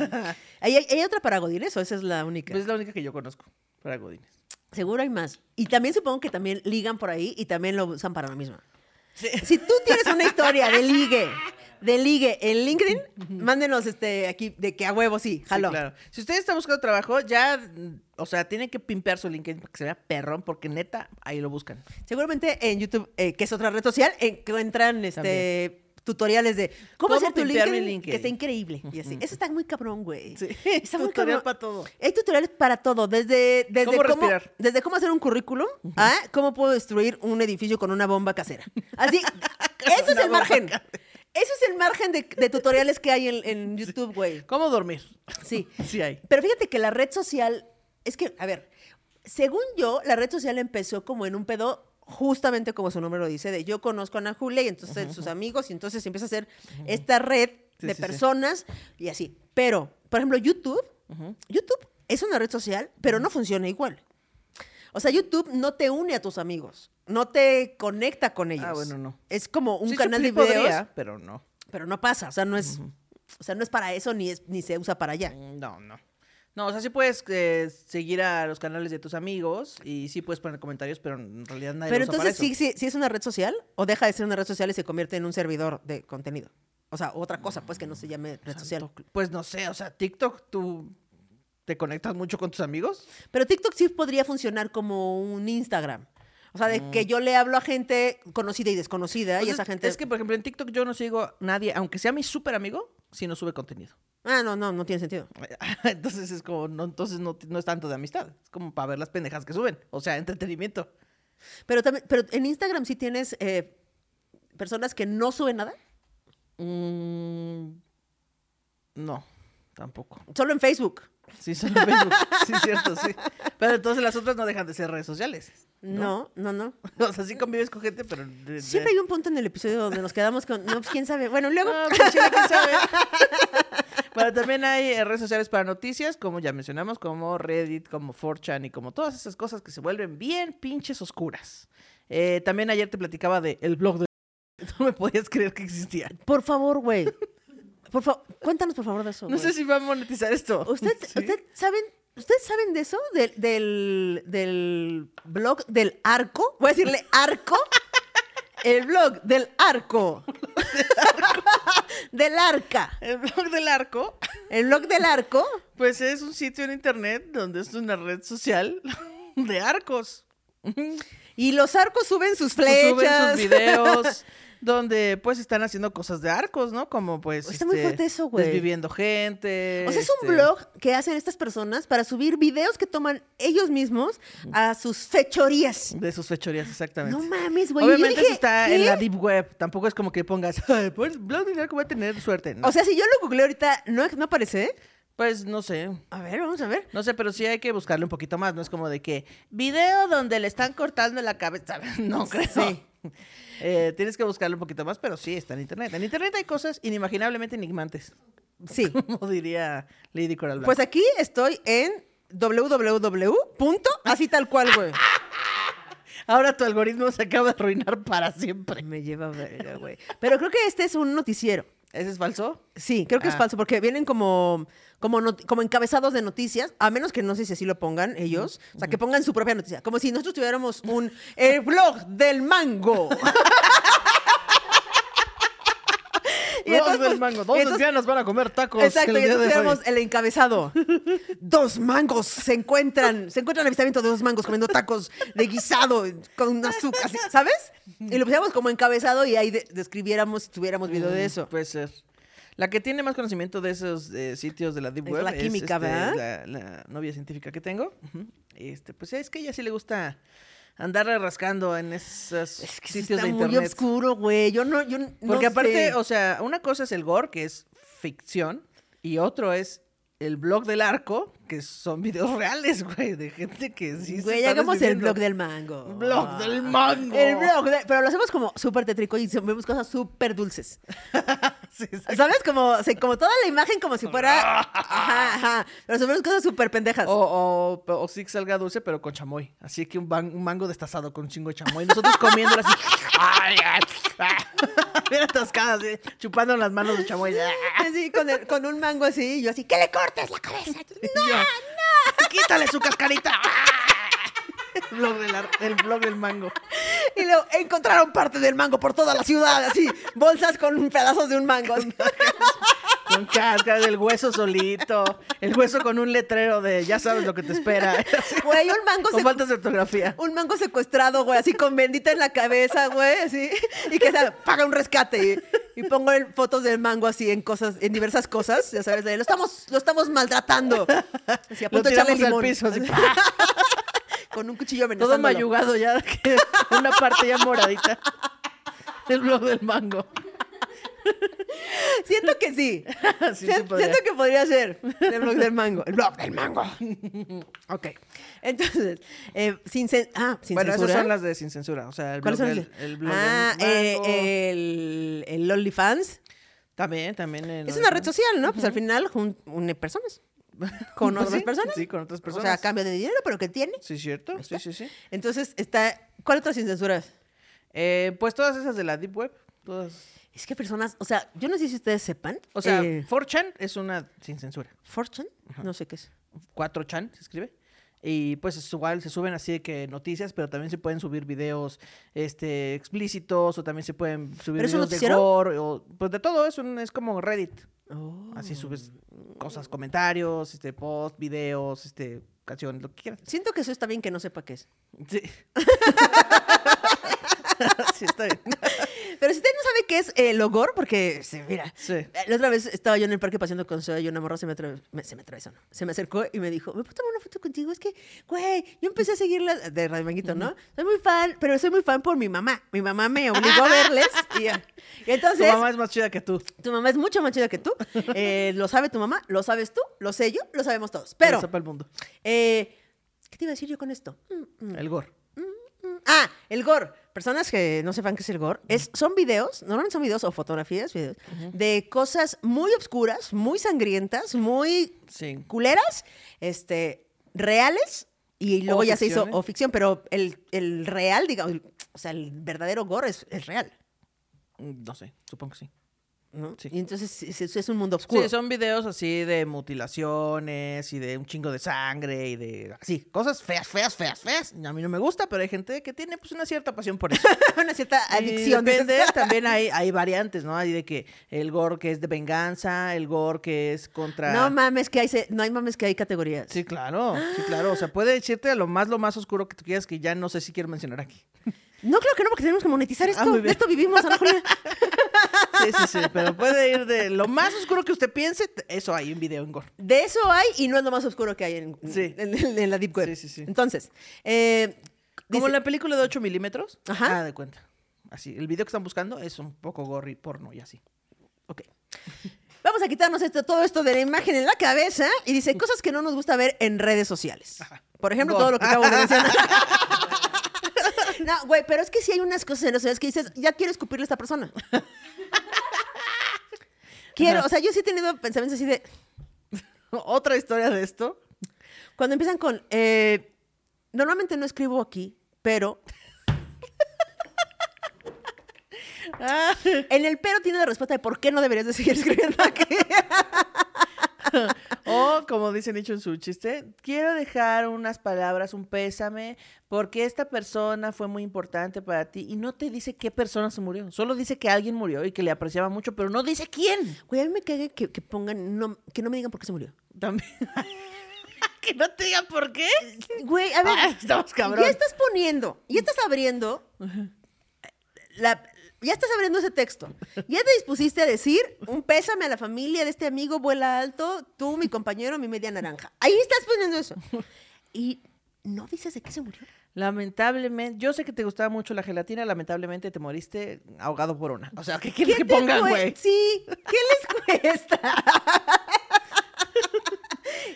B: Ah. ¿Hay, hay- hay otra para Godines o esa es la única?
A: Pues es la única que yo conozco para Godines.
B: Seguro hay más. Y también supongo que también ligan por ahí y también lo usan para la misma.
A: Sí.
B: Si tú tienes una historia de ligue, de ligue en LinkedIn, mándenos este aquí de que a huevo sí,
A: Sí,
B: jaló.
A: claro. Si usted está buscando trabajo, ya, mm, o sea, tiene que pimpear su LinkedIn para que se vea perrón, porque neta, ahí lo buscan.
B: Seguramente en YouTube, eh, que es otra red social, encuentran este tutoriales de cómo,
A: ¿Cómo
B: hacer tu
A: pimpear mi
B: LinkedIn,
A: LinkedIn?
B: que está increíble y así. Eso está muy cabrón, güey.
A: Sí.
B: Está muy
A: Tutorial
B: cabrón.
A: para todo.
B: Hay tutoriales para todo, desde, desde
A: ¿Cómo respirar?
B: desde cómo hacer un currículum a cómo puedo destruir un edificio con una bomba casera. Así, eso es
A: Una
B: el
A: bomba
B: margen.
A: casera.
B: Eso es el margen de, de tutoriales que hay en, en YouTube, güey.
A: ¿Cómo dormir?
B: Sí.
A: Sí hay.
B: Pero fíjate que la red social, es que, a ver, según yo, la red social empezó como en un pedo, justamente como su nombre lo dice, de yo conozco a Ana Julia y entonces sus amigos, y entonces empieza a hacer esta red
A: Sí,
B: de
A: sí, sí.
B: personas y así. Pero, por ejemplo, YouTube, YouTube es una red social, pero no funciona igual. O sea, YouTube no te une a tus amigos, no te conecta con ellos.
A: Ah, bueno, no.
B: Es como un
A: Sí,
B: canal de
A: sí
B: videos,
A: podría, pero no.
B: pero no pasa, o sea, no es, o sea, no es para eso ni es, ni se usa para allá.
A: No, no. No, o sea, sí puedes eh, seguir a los canales de tus amigos y sí puedes poner comentarios, pero en realidad nadie
B: Pero
A: lo usa para
B: entonces sí,
A: eso.
B: sí, sí es una red social o deja de ser una red social y se convierte en un servidor de contenido. O sea, otra cosa, pues que no se llame red social.
A: Santo cl- Pues no sé, o sea, TikTok, tú te conectas mucho con tus amigos.
B: Pero TikTok sí podría funcionar como un Instagram. O sea, de que yo le hablo a gente conocida y desconocida y
A: Entonces,
B: esa gente...
A: Mm. Pues Es que, por ejemplo, en TikTok yo no sigo a nadie, aunque sea mi súper amigo, si no sube contenido.
B: Ah, no, no, no tiene sentido.
A: Entonces es como, no, entonces no, no es tanto de amistad. Es como para ver las pendejas que suben. O sea, entretenimiento.
B: Pero, también, pero en Instagram sí tienes eh, personas que no suben nada.
A: Mm, no, tampoco.
B: Solo en Facebook.
A: Sí, solo Facebook. sí, cierto, sí. Pero entonces las otras no dejan de ser redes sociales.
B: No, no, no.
A: O sea, sí convives con gente, pero. de- de-
B: Siempre hay un punto en el episodio donde nos quedamos con. No, pues quién sabe. Bueno, luego.
A: No, pues, chile, quién sabe. Pero también hay eh, redes sociales para noticias, como ya mencionamos, como Reddit, como 4chan y como todas esas cosas que se vuelven bien pinches oscuras. Eh, también ayer te platicaba de el blog de... No me podías creer que existía.
B: Por favor, güey. Por favor, cuéntanos por favor de eso.
A: No sé
B: güey.
A: si va a monetizar esto.
B: ¿Usted,
A: Sí.
B: usted saben, ¿Ustedes saben de eso? Del, del, del blog del arco. Voy a decirle arco. El blog del arco. del arca.
A: El blog del arco,
B: El blog del arco.
A: pues es un sitio en internet donde es una red social de arcos. Pues,
B: Y los arcos suben sus flechas.
A: Suben sus videos donde pues están haciendo cosas de arcos, ¿no? Como pues
B: Está muy fuerte eso, güey.
A: Desviviendo gente.
B: O sea, es un
A: este,
B: blog que hacen estas personas para subir videos que toman ellos mismos a sus fechorías.
A: De sus fechorías, exactamente.
B: No mames, güey. Yo
A: Obviamente
B: dije,
A: eso está
B: ¿qué?
A: en la deep web. Tampoco es como que pongas, "Ay, pues blog de arco va a tener suerte. No.
B: O sea, si yo lo googleé ahorita, ¿no, no aparece?
A: pues no sé.
B: A ver, vamos a ver.
A: No sé, pero sí hay que buscarle un poquito más. No es como de que video donde le están cortando la cabeza. No creo.
B: Sí.
A: Eh, tienes que buscarle un poquito más, pero sí está en internet. En internet hay cosas inimaginablemente enigmantes.
B: Sí.
A: Como diría Lady Coral Blanc.
B: Pues aquí estoy en www. punto, Así tal cual, güey.
A: Ahora tu algoritmo se acaba de arruinar para siempre.
B: Me lleva verga, güey. Pero creo que este es un noticiero.
A: ¿Ese es falso?
B: Sí, creo que es
A: Ah.
B: falso, porque vienen como, como, not- como encabezados de noticias, a menos que no sé si así lo pongan ellos, o sea, que pongan su propia noticia, como si nosotros tuviéramos un el blog del mango.
A: Dos del mango. Dos
B: entonces-
A: lesbianas van a comer tacos.
B: Exacto,
A: el
B: y
A: día de
B: entonces
A: hoy.
B: tuviéramos el encabezado. Dos mangos se encuentran, se encuentran el avistamiento de dos mangos comiendo tacos de guisado con azúcar, así, ¿sabes? Y lo pusiéramos como encabezado y ahí de- describiéramos si tuviéramos video de eso.
A: Mm, Puede ser. La que tiene más conocimiento de esos eh, sitios de la Deep
B: Es
A: Web este,
B: la química, ¿verdad?
A: La, la novia científica que tengo. Ujú. este, pues es que a ella sí le gusta andar rascando en esos
B: Es que sí
A: sitios
B: está
A: de
B: muy
A: internet.
B: oscuro, güey. Yo no, yo n- no
A: Porque aparte,
B: sé.
A: o sea, una cosa es el gore, que es ficción, y otro es el blog del arco, que son videos reales, güey, de gente que sí se
B: güey,
A: está
B: hagamos el
A: desviviendo.
B: blog del mango.
A: Blog del mango.
B: El blog, de- pero lo hacemos como súper tétrico y vemos cosas súper dulces.
A: Sí, sí.
B: ¿Sabes? Como, se- como toda la imagen como si fuera... Ajá, ajá. Pero subimos cosas súper pendejas.
A: O, o, o sí que salga dulce, pero con chamoy. Así que un, ban- un mango destazado con un chingo de chamoy. Nosotros comiéndolo así. Ay, ay, ah. Bien atascadas, así, chupando las manos de chamoy. Ah.
B: Así, con, el- con un mango así, y yo así, ¿qué le cortes la cabeza?
A: Y yo, ¡Quítale su cascarita! Ah. El blog, del, ar- el blog del mango.
B: Y luego encontraron parte del mango por toda la ciudad, así, bolsas con pedazos de un mango. así.
A: Con cáscara, del hueso solito. El hueso con un letrero de ya sabes lo que te espera.
B: Güey, un mango
A: Con
B: se
A: faltas de ortografía.
B: un mango secuestrado, güey, así con bendita en la cabeza, güey, así, y que se paga un rescate y, y pongo el- fotos del mango así en cosas, en diversas cosas, ya sabes, de, lo estamos, lo estamos maltratando, así a
A: Lo
B: punto de echarle
A: tiramos al
B: limón,
A: piso, así,
B: con un cuchillo
A: Todo
B: amenazándolo.
A: mayugado ya, que una parte ya moradita. El blog del mango.
B: Siento que sí,
A: sí
B: Sien-
A: podría.
B: siento que podría ser el blog del mango, el blog del mango. ok, entonces, eh, sin, cen- ah, sin
A: bueno,
B: censura.
A: esas son las de sin censura. O sea, el blog
B: ¿Cuáles son
A: del,
B: las-
A: el blog
B: ah,
A: del
B: eh,
A: mango.
B: el, el OnlyFans.
A: También, también. en
B: Es
A: el-
B: una red social, ¿no? Pues al final jun- une personas. Con
A: Pues
B: otras
A: sí,
B: personas.
A: Sí, con otras
B: O sea,
A: personas.
B: a cambio de dinero, pero que tiene.
A: Sí, cierto. Sí, sí, sí.
B: Entonces está. ¿Cuál otra sin censuras?
A: Eh, pues todas esas de la Deep Web. Todas.
B: Es que personas. O sea, yo no sé si ustedes sepan.
A: O sea,
B: eh,
A: 4chan es una sin censura.
B: Fortune. No sé qué es.
A: 4chan se escribe. Y pues es igual se suben así de que noticias, pero también se pueden subir videos este explícitos o también se pueden subir
B: ¿Pero es un
A: videos de
B: noticiero?
A: gore o pues de todo, es un es como Reddit.
B: Mm.
A: Así subes cosas, comentarios, este post, videos, este canciones, lo que quieras.
B: Siento que eso está bien que no sepa qué es.
A: Sí. sí, está bien.
B: Pero si usted no sabe qué es el logor, porque, sí, mira, eh,
A: Sí.
B: la otra vez estaba yo en el parque paseando con Zoe y una morra se me, atre- me- se me atravesó, ¿no? Se me acercó y me dijo, ¿me puedo tomar una foto contigo? Es que, güey, yo empecé a seguirla de Radio Manguito, ¿no? Soy muy fan, pero soy muy fan por mi mamá. Mi mamá me obligó a verles y, ya. Y
A: Tu
B: entonces...
A: mamá es más chida que tú.
B: Tu mamá es mucho más chida que tú. Eh, lo sabe tu mamá, lo sabes tú, lo sé yo, lo sabemos todos. Pero,
A: Para el mundo.
B: eh, ¿qué te iba a decir yo con esto? Mm, mm,
A: El gore.
B: mm. Ah, el gore. Personas que no sepan qué es el gore, es, son videos, normalmente son videos o fotografías, videos, de cosas muy obscuras, muy sangrientas, muy
A: Sí.
B: culeras, este, reales, y luego ya se
A: ficciones.
B: hizo o ficción, pero el, el real, digamos, el- o sea, el verdadero gore es, es real.
A: mm, No sé, supongo que sí.
B: ¿no?
A: Sí.
B: Y entonces es, es- es un mundo oscuro.
A: Sí, son videos así de mutilaciones y de un chingo de sangre y de así, cosas feas, feas, feas, feas. A mí no me gusta, pero hay gente que tiene pues una cierta pasión por eso.
B: una cierta
A: Y
B: adicción.
A: depende, también hay, hay variantes, ¿no? Hay de que el gore que es de venganza, el gore que es contra...
B: No mames que hay, se- no hay mames que hay categorías.
A: Sí, claro, sí, claro. O sea, puede decirte a lo más, lo más oscuro que tú quieras que ya no sé si quiero mencionar aquí.
B: No, claro que no, porque tenemos que monetizar esto.
A: Ah, muy
B: de
A: bien.
B: esto vivimos, Ana Julia.
A: Sí, sí, sí, pero puede ir de lo más oscuro que usted piense, t- eso hay un video en gore.
B: De eso hay y no es lo más oscuro que hay en,
A: Sí.
B: en- en- en la Deep Web.
A: Sí, sí, sí.
B: Entonces, eh,
A: Como
B: dice-
A: la película de 8 milímetros.
B: Ajá.
A: Ah, de cuenta. Así, el video que están buscando es un poco gorri porno y así.
B: ok. Vamos a quitarnos esto, todo esto de la imagen en la cabeza y dice cosas que no nos gusta ver en redes sociales.
A: Ajá.
B: Por ejemplo,
A: Gore.
B: todo lo que acabo de mencionar. No, güey, pero es que sí hay unas cosas en redes sociales que dices, ya quiero escupirle a esta persona. Quiero, o sea, yo sí he tenido pensamientos así de,
A: Otra historia de esto.
B: Cuando empiezan con, eh, normalmente no escribo aquí, pero... en el pero tiene la respuesta de por qué no deberías de seguir escribiendo aquí.
A: O, como dice Nicho en su chiste, quiero dejar unas palabras, un pésame, porque esta persona fue muy importante para ti y no te dice qué persona se murió. Solo dice que alguien murió y que le apreciaba mucho, pero no dice quién.
B: Güey, a mí me caga que, que pongan, no, que no me digan por qué se murió.
A: También. que no te diga por qué.
B: Güey, a ver,
A: Ah, estamos cabrón.
B: ya estás poniendo, ya estás abriendo, la- ya estás abriendo ese texto. Ya te dispusiste a decir un pésame a la familia de este amigo, vuela alto, tú, mi compañero, mi media naranja. Ahí estás poniendo eso. Y no dices de qué se murió.
A: Lamentablemente, yo sé que te gustaba mucho la gelatina, lamentablemente te moriste ahogado por una. O sea, ¿qué
B: ¿Qué
A: quieres que
B: te
A: pongan,
B: cue-
A: güey?
B: Sí, ¿qué les cuesta?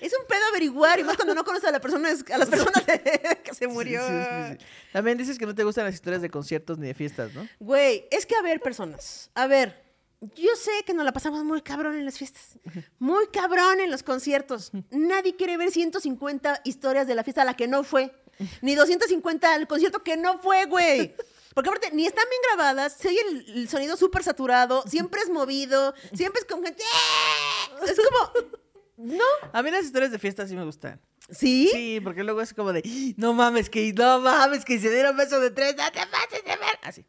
B: es un pedo averiguar, y más cuando no conoces a, la persona, a las personas de- que se murió.
A: Sí, sí, sí, sí. También dices que no te gustan las historias de conciertos ni de fiestas, ¿no?
B: Güey, es que a ver, personas, a ver, yo sé que nos la pasamos muy cabrón en las fiestas, muy cabrón en los conciertos. Nadie quiere ver 150 historias de la fiesta a la que no fue, ni 250 al concierto que no fue, güey. Porque aparte, ni están bien grabadas, se oye el, el sonido súper saturado, siempre es movido, siempre es con gente... Es como... ¿No?
A: A mí las historias de fiestas sí me gustan.
B: ¿Sí?
A: Sí, porque luego es como de, no mames, que no mames, que se dieron beso de tres, no te pases de ver. Así.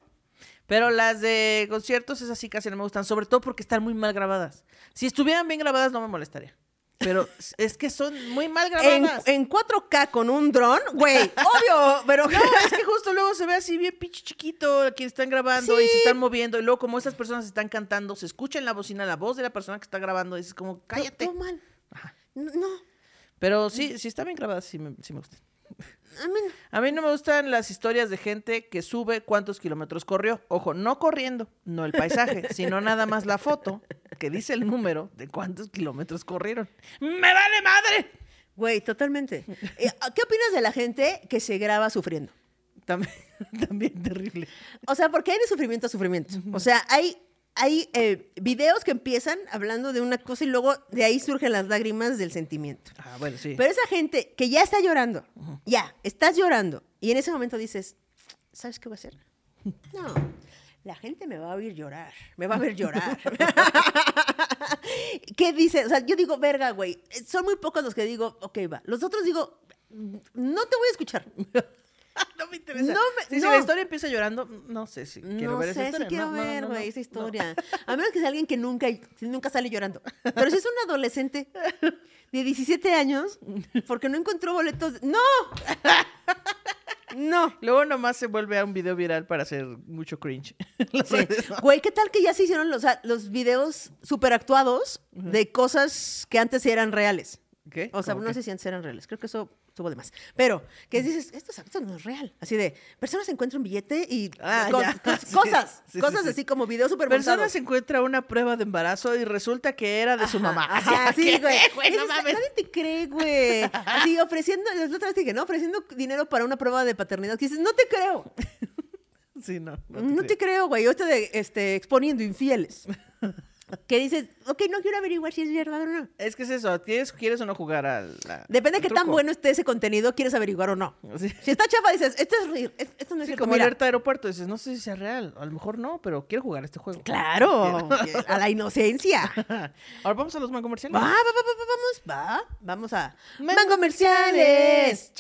A: Pero las de conciertos es así, casi no me gustan, sobre todo porque están muy mal grabadas. Si estuvieran bien grabadas no me molestaría. Pero es que son muy mal
B: En,
A: grabadas.
B: en 4K con un dron, güey, obvio, pero...
A: No, es que justo luego se ve así bien pinche chiquito a quien están grabando y se
B: Sí.
A: están moviendo. Y luego, como estas personas están cantando, se escucha en la bocina la voz de la persona que está grabando. Y es como, cállate.
B: Todo mal.
A: Ajá.
B: No,
A: Pero sí, sí está bien grabada, sí me, sí me gustan.
B: a mí no.
A: A mí no me gustan las historias de gente que sube cuántos kilómetros corrió. Ojo, no corriendo, no el paisaje, sino nada más la foto que dice el número de cuántos kilómetros corrieron. ¡Me vale madre!
B: Güey, totalmente. Eh, ¿Qué opinas de la gente que se graba sufriendo?
A: También, también terrible.
B: O sea, porque hay de sufrimiento a sufrimiento. O sea, hay, hay eh, videos que empiezan hablando de una cosa y luego de ahí surgen las lágrimas del sentimiento.
A: Ah, bueno, sí.
B: Pero esa gente que ya está llorando, ya, estás llorando, y en ese momento dices, ¿sabes qué voy a hacer? No, la gente me va a oír llorar, me va a ver llorar. ¿Qué dices? O sea, yo digo, verga, güey, eh, son muy pocos los que digo, ok, va. Los otros digo, no te voy a escuchar.
A: no me interesa.
B: No me-
A: Sí, Si
B: no.
A: la historia empieza llorando, no sé si quiero
B: no
A: ver
B: sé
A: esa historia.
B: si quiero
A: No, no, no,
B: ver,
A: no,
B: güey,
A: no.
B: esa historia. A menos que sea alguien que nunca, nunca sale llorando. Pero si es un adolescente de 17 años, porque no encontró boletos. ¡No! No.
A: Luego nomás se vuelve a un video viral para hacer mucho cringe. Las
B: Sí.
A: redes, ¿no?
B: Güey, ¿qué tal que ya se hicieron los, o sea, los videos superactuados de cosas que antes eran reales?
A: ¿Qué?
B: O sea,
A: ¿Cómo
B: no
A: qué?
B: sé si antes eran reales. Creo que eso estuvo de más. Pero, que dices, esto, es- esto no es real. Así de, personas encuentran billete y
A: Ah,
B: cos-
A: ya.
B: cos-
A: Sí,
B: cosas.
A: sí, sí,
B: cosas
A: sí.
B: así como videos supermontados.
A: Personas encuentra una prueba de embarazo y resulta que era de su mamá.
B: Ajá, ajá, sí,
A: ¿Qué?
B: güey.
A: No
B: Dices,
A: mames.
B: Nadie te cree, güey. Así ofreciendo, la otra vez te dije, no, ofreciendo dinero para una prueba de paternidad. Que dices, no te creo.
A: Sí, no. no
B: No
A: creo.
B: te creo, güey. Ahorita de este, exponiendo infieles. Que dices, ok, no quiero averiguar si es verdad o no.
A: Es que es eso. ¿Tienes, ¿Quieres o no jugar al. a-
B: Depende de
A: al
B: qué tan
A: truco?
B: bueno esté ese contenido, quieres averiguar o no.
A: Sí.
B: Si está chafa, dices, esto es real, es- esto no es
A: Sí,
B: cierto.
A: como
B: Mira,
A: alerta de aeropuerto. Dices, no sé si sea real. A lo mejor no, pero quiero jugar a este juego.
B: Claro, a la inocencia. Va,
A: Ahora vamos a los más comerciales.
B: va, va, va, va, vamos, va, vamos a
A: Man
B: Man Comerciales.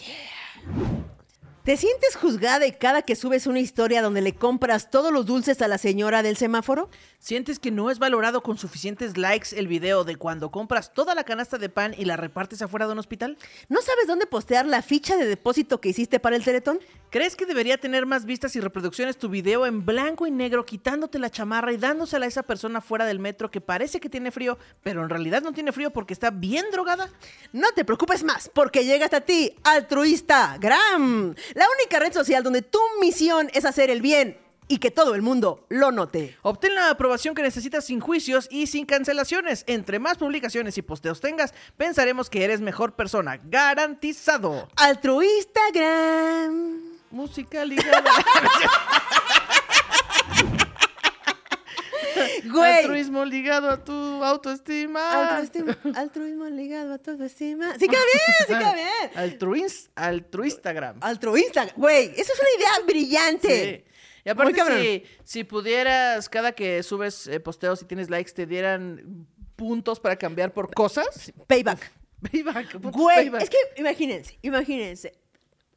B: ¿Te sientes juzgada y cada que subes una historia donde le compras todos los dulces a la señora del semáforo?
A: ¿Sientes que no es valorado con suficientes likes el video de cuando compras toda la canasta de pan y la repartes afuera de un hospital?
B: ¿No sabes dónde postear la ficha de depósito que hiciste para el Teletón?
A: ¿Crees que debería tener más vistas y reproducciones tu video en blanco y negro, quitándote la chamarra y dándosela a esa persona fuera del metro que parece que tiene frío, pero en realidad no tiene frío porque está bien drogada?
B: No te preocupes más, porque llega hasta ti Altruista Gram, la única red social donde tu misión es hacer el bien y que todo el mundo lo note.
A: Obtén la aprobación que necesitas sin juicios y sin cancelaciones. Entre más publicaciones y posteos tengas, pensaremos que eres mejor persona. Garantizado.
B: Altruista Gram.
A: Música ligada.
B: Güey.
A: Altruismo ligado a tu autoestima.
B: Altruismo, altruismo ligado a tu autoestima. Sí, queda bien, sí, queda bien.
A: Altruis, altruistagram.
B: Altruista, güey. Esa es una idea brillante.
A: Sí. Y aparte,
B: Muy cabrón.
A: si, si pudieras, cada que subes eh, posteos y tienes likes, te dieran puntos para cambiar por cosas.
B: Payback.
A: Payback, puntos
B: Güey,
A: payback.
B: es que imagínense, imagínense.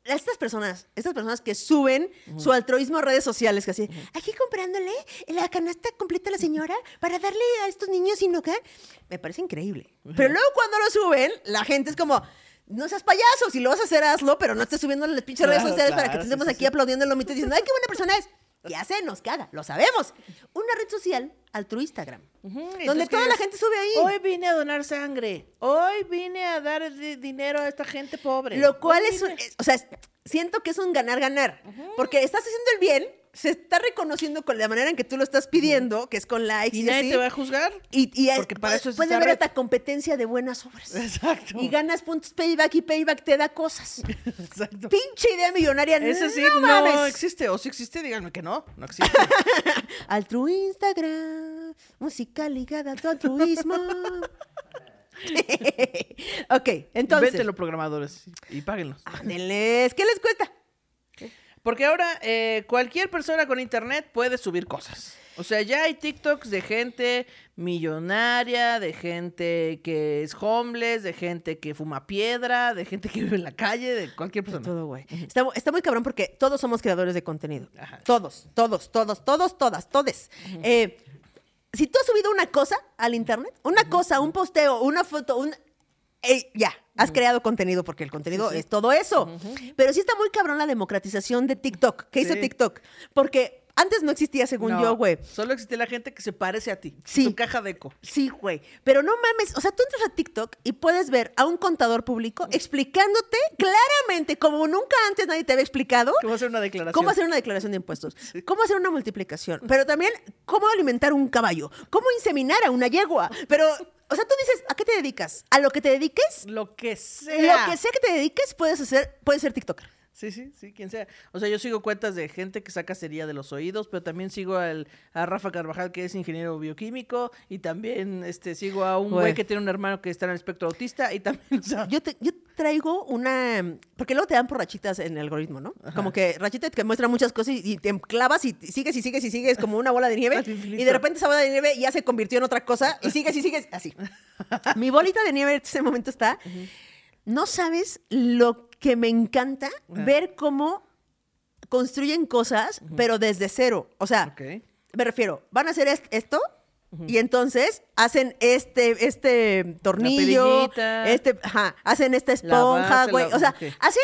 B: Estas personas, estas personas que suben su altruismo a redes sociales, que así, aquí comprándole la canasta completa a la señora para darle a estos niños sin hogar, me parece increíble. Pero luego cuando lo suben, la gente es como, no seas payaso, si lo vas a hacer, hazlo, pero no estés subiendo en las pinches redes
A: Claro,
B: sociales para que
A: claro,
B: te
A: sí,
B: estemos
A: sí,
B: aquí
A: sí.
B: aplaudiendo el lomito y diciendo, ay, qué buena persona es. Ya se nos caga, lo sabemos. Una red social altruistagram,
A: Ujú, y
B: donde
A: entonces
B: toda la
A: quieres-
B: gente sube ahí.
A: Hoy vine a donar sangre. Hoy vine a dar di- dinero a esta gente pobre.
B: Lo cual
A: Hoy
B: es, un-
A: vine-
B: es- o sea, es- siento que es un ganar-ganar, porque estás haciendo el bien, se está reconociendo con la manera en que tú lo estás pidiendo, que es con likes y,
A: Y nadie
B: así,
A: te va a juzgar.
B: y, y
A: porque para eso es
B: puede
A: esta
B: haber
A: red.
B: hasta competencia de buenas obras.
A: Exacto.
B: Y ganas puntos payback y payback te da cosas.
A: Exacto.
B: Pinche idea millonaria.
A: Ese sí
B: no
A: no,
B: mames.
A: existe. O si existe, díganme que no. No existe.
B: Al tu Instagram, música ligada a tu altruismo. ok, entonces.
A: Véntelo, programadores. Y páguenlos.
B: Ándeles, ¿qué les cuesta?
A: Porque ahora eh, cualquier persona con internet puede subir cosas. O sea, ya hay TikToks de gente millonaria, de gente que es homeless, de gente que fuma piedra, de gente que vive en la calle, de cualquier
B: De
A: persona.
B: todo, güey. Está, mu- está muy cabrón porque todos somos creadores de contenido.
A: Ajá.
B: Todos, todos, todos, todos, todas, todes. Eh, si tú has subido una cosa al internet, una cosa, un posteo, una foto, un... Ey, ya, has creado contenido porque el contenido es todo eso. Pero sí está muy cabrón la democratización de TikTok. ¿Qué hizo
A: Sí.
B: TikTok? Porque antes no existía, según
A: No,
B: yo, güey.
A: Solo existe la gente que se parece a ti.
B: Sí.
A: Tu caja de eco.
B: Sí, güey. Pero no mames, o sea, tú entras a TikTok y puedes ver a un contador público explicándote claramente, como nunca antes nadie te había explicado,
A: Que va a hacer una declaración.
B: cómo hacer una declaración de impuestos, cómo hacer una multiplicación, pero también cómo alimentar un caballo, cómo inseminar a una yegua. Pero, o sea, tú dices, ¿a qué te dedicas? A lo que te dediques,
A: Lo que sea.
B: lo que sea que te dediques, puedes hacer, puedes ser TikToker.
A: Sí, sí, sí, quien sea. O sea, yo sigo cuentas de gente que saca sería de los oídos, pero también sigo al, a Rafa Carvajal, que es ingeniero bioquímico, y también este sigo a un
B: Güey.
A: güey que tiene un hermano que está en el espectro autista, y también, o sea,
B: Yo, te- yo traigo una. Porque luego te dan por rachitas en el algoritmo, ¿no? Como que rachitas que muestran muchas cosas y, y te clavas y sigues y sigues y sigues como una bola de nieve.
A: Al infinito.
B: Y de repente esa bola de nieve ya se convirtió en otra cosa y sigues y sigues así. Mi bolita de nieve en este momento está. No sabes lo que me encanta
A: Ajá.
B: ver cómo construyen cosas, pero desde cero. O sea,
A: Ok.
B: me refiero, van a hacer est- esto y entonces hacen este, este tornillo,
A: perillita.
B: este, ajá, hacen esta
A: La
B: esponja,
A: base,
B: güey.
A: la-
B: O sea,
A: ok.
B: hacen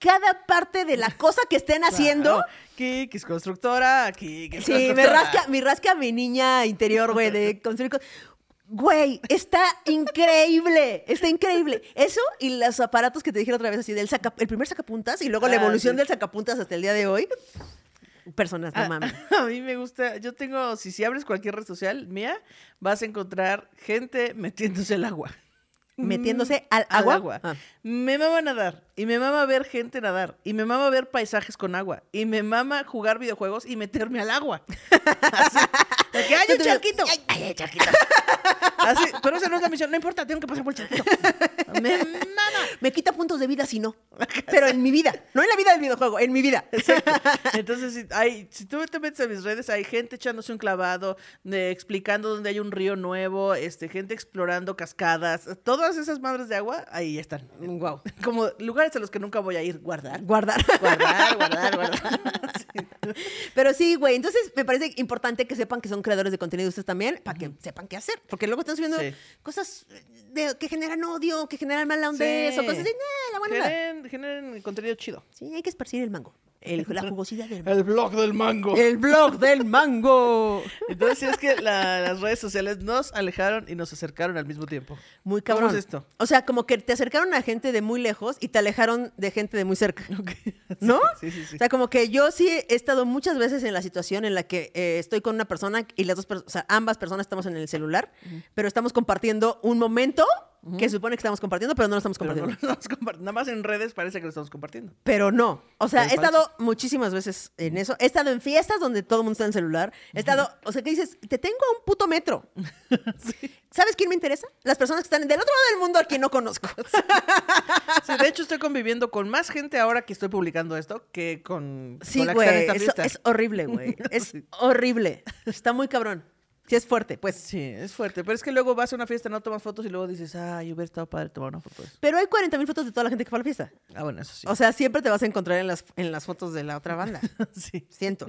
B: cada parte de la cosa que estén haciendo.
A: Claro. Kik es constructora, Kik es
B: Sí, me
A: constructora.
B: rasca, me rasca mi niña interior, güey, de construir cosas. Güey, está increíble, está increíble. Eso y los aparatos que te dije la otra vez, así del saca- el primer sacapuntas y luego la
A: Ah,
B: evolución
A: sí. Ah,
B: del sacapuntas hasta el día de hoy. Personas, no
A: A,
B: mames.
A: a mí me gusta, yo tengo, si, si abres cualquier red social mía, vas a encontrar gente metiéndose al agua. Mm,
B: Metiéndose al
A: Al
B: agua.
A: agua.
B: Ah.
A: Me mama nadar, y me mama ver gente nadar, y me mama ver paisajes con agua, y me mama jugar videojuegos y meterme al agua. Así, de que hay un charquito.
B: Ay, ay, ay, charquito.
A: Así, pero esa no es la misión, no importa, tengo que pasar por el charquito. Me mama.
B: Me quita puntos de vida si no. Pero en mi vida, no en la vida del videojuego, en mi vida.
A: Exacto. Entonces, si, hay, si tú te metes a mis redes, hay gente echándose un clavado, de- explicando dónde hay un río nuevo, este, gente explorando cascadas, todas esas madres de agua, ahí están.
B: Wow.
A: Como lugares a los que nunca voy a ir, guardar.
B: Guardar.
A: Guardar, guardar, guardar. Sí.
B: Pero sí, güey. Entonces me parece importante que sepan que son creadores de contenido ustedes también, para que sepan qué hacer. Porque luego están subiendo
A: Sí.
B: cosas de- que generan odio, que generan mala onda,
A: Sí.
B: o cosas así. Nah, la buena onda.
A: Generen, generen contenido chido.
B: Sí, hay que esparcir el mango. El- la jugosidad del mango.
A: El blog del mango.
B: El blog del mango.
A: Entonces, sí, es que la- las redes sociales nos alejaron y nos acercaron al mismo tiempo.
B: Muy
A: ¿Cómo
B: cabrón.
A: es esto?
B: O sea, como que te acercaron a gente de muy lejos y te alejaron de gente de muy cerca. ¿No?
A: Sí, sí, sí.
B: O sea, como que yo sí he estado muchas veces en la situación en la que eh, estoy con una persona y las dos, per- o sea, ambas personas estamos en el celular, pero estamos compartiendo un momento que se supone que estamos compartiendo, pero no lo estamos
A: Pero no
B: compartiendo.
A: lo estamos compart- Nada más en redes parece que lo estamos compartiendo.
B: Pero no. O sea,
A: Es
B: he estado muchísimas veces en eso. He estado en fiestas donde todo el mundo está en celular. He estado, o sea, que dices, te tengo a un puto metro. ¿Sabes quién me interesa? Las personas que están del otro lado del mundo a quien no conozco.
A: Sí, de hecho estoy conviviendo con más gente ahora que estoy publicando esto que con,
B: Sí,
A: con la que está en
B: güey.
A: esta
B: eso
A: fiesta.
B: Es horrible, güey. Es horrible. Está muy cabrón. Sí, es fuerte, pues.
A: Sí, es fuerte. Pero es que luego vas a una fiesta, no tomas fotos y luego dices, ay, hubiera estado padre tomar una foto de eso.
B: Pero hay 40 mil fotos de toda la gente que fue a la fiesta.
A: Ah, bueno, eso sí.
B: O sea, siempre te vas a encontrar en las, en las fotos de la otra banda.
A: sí.
B: Siento.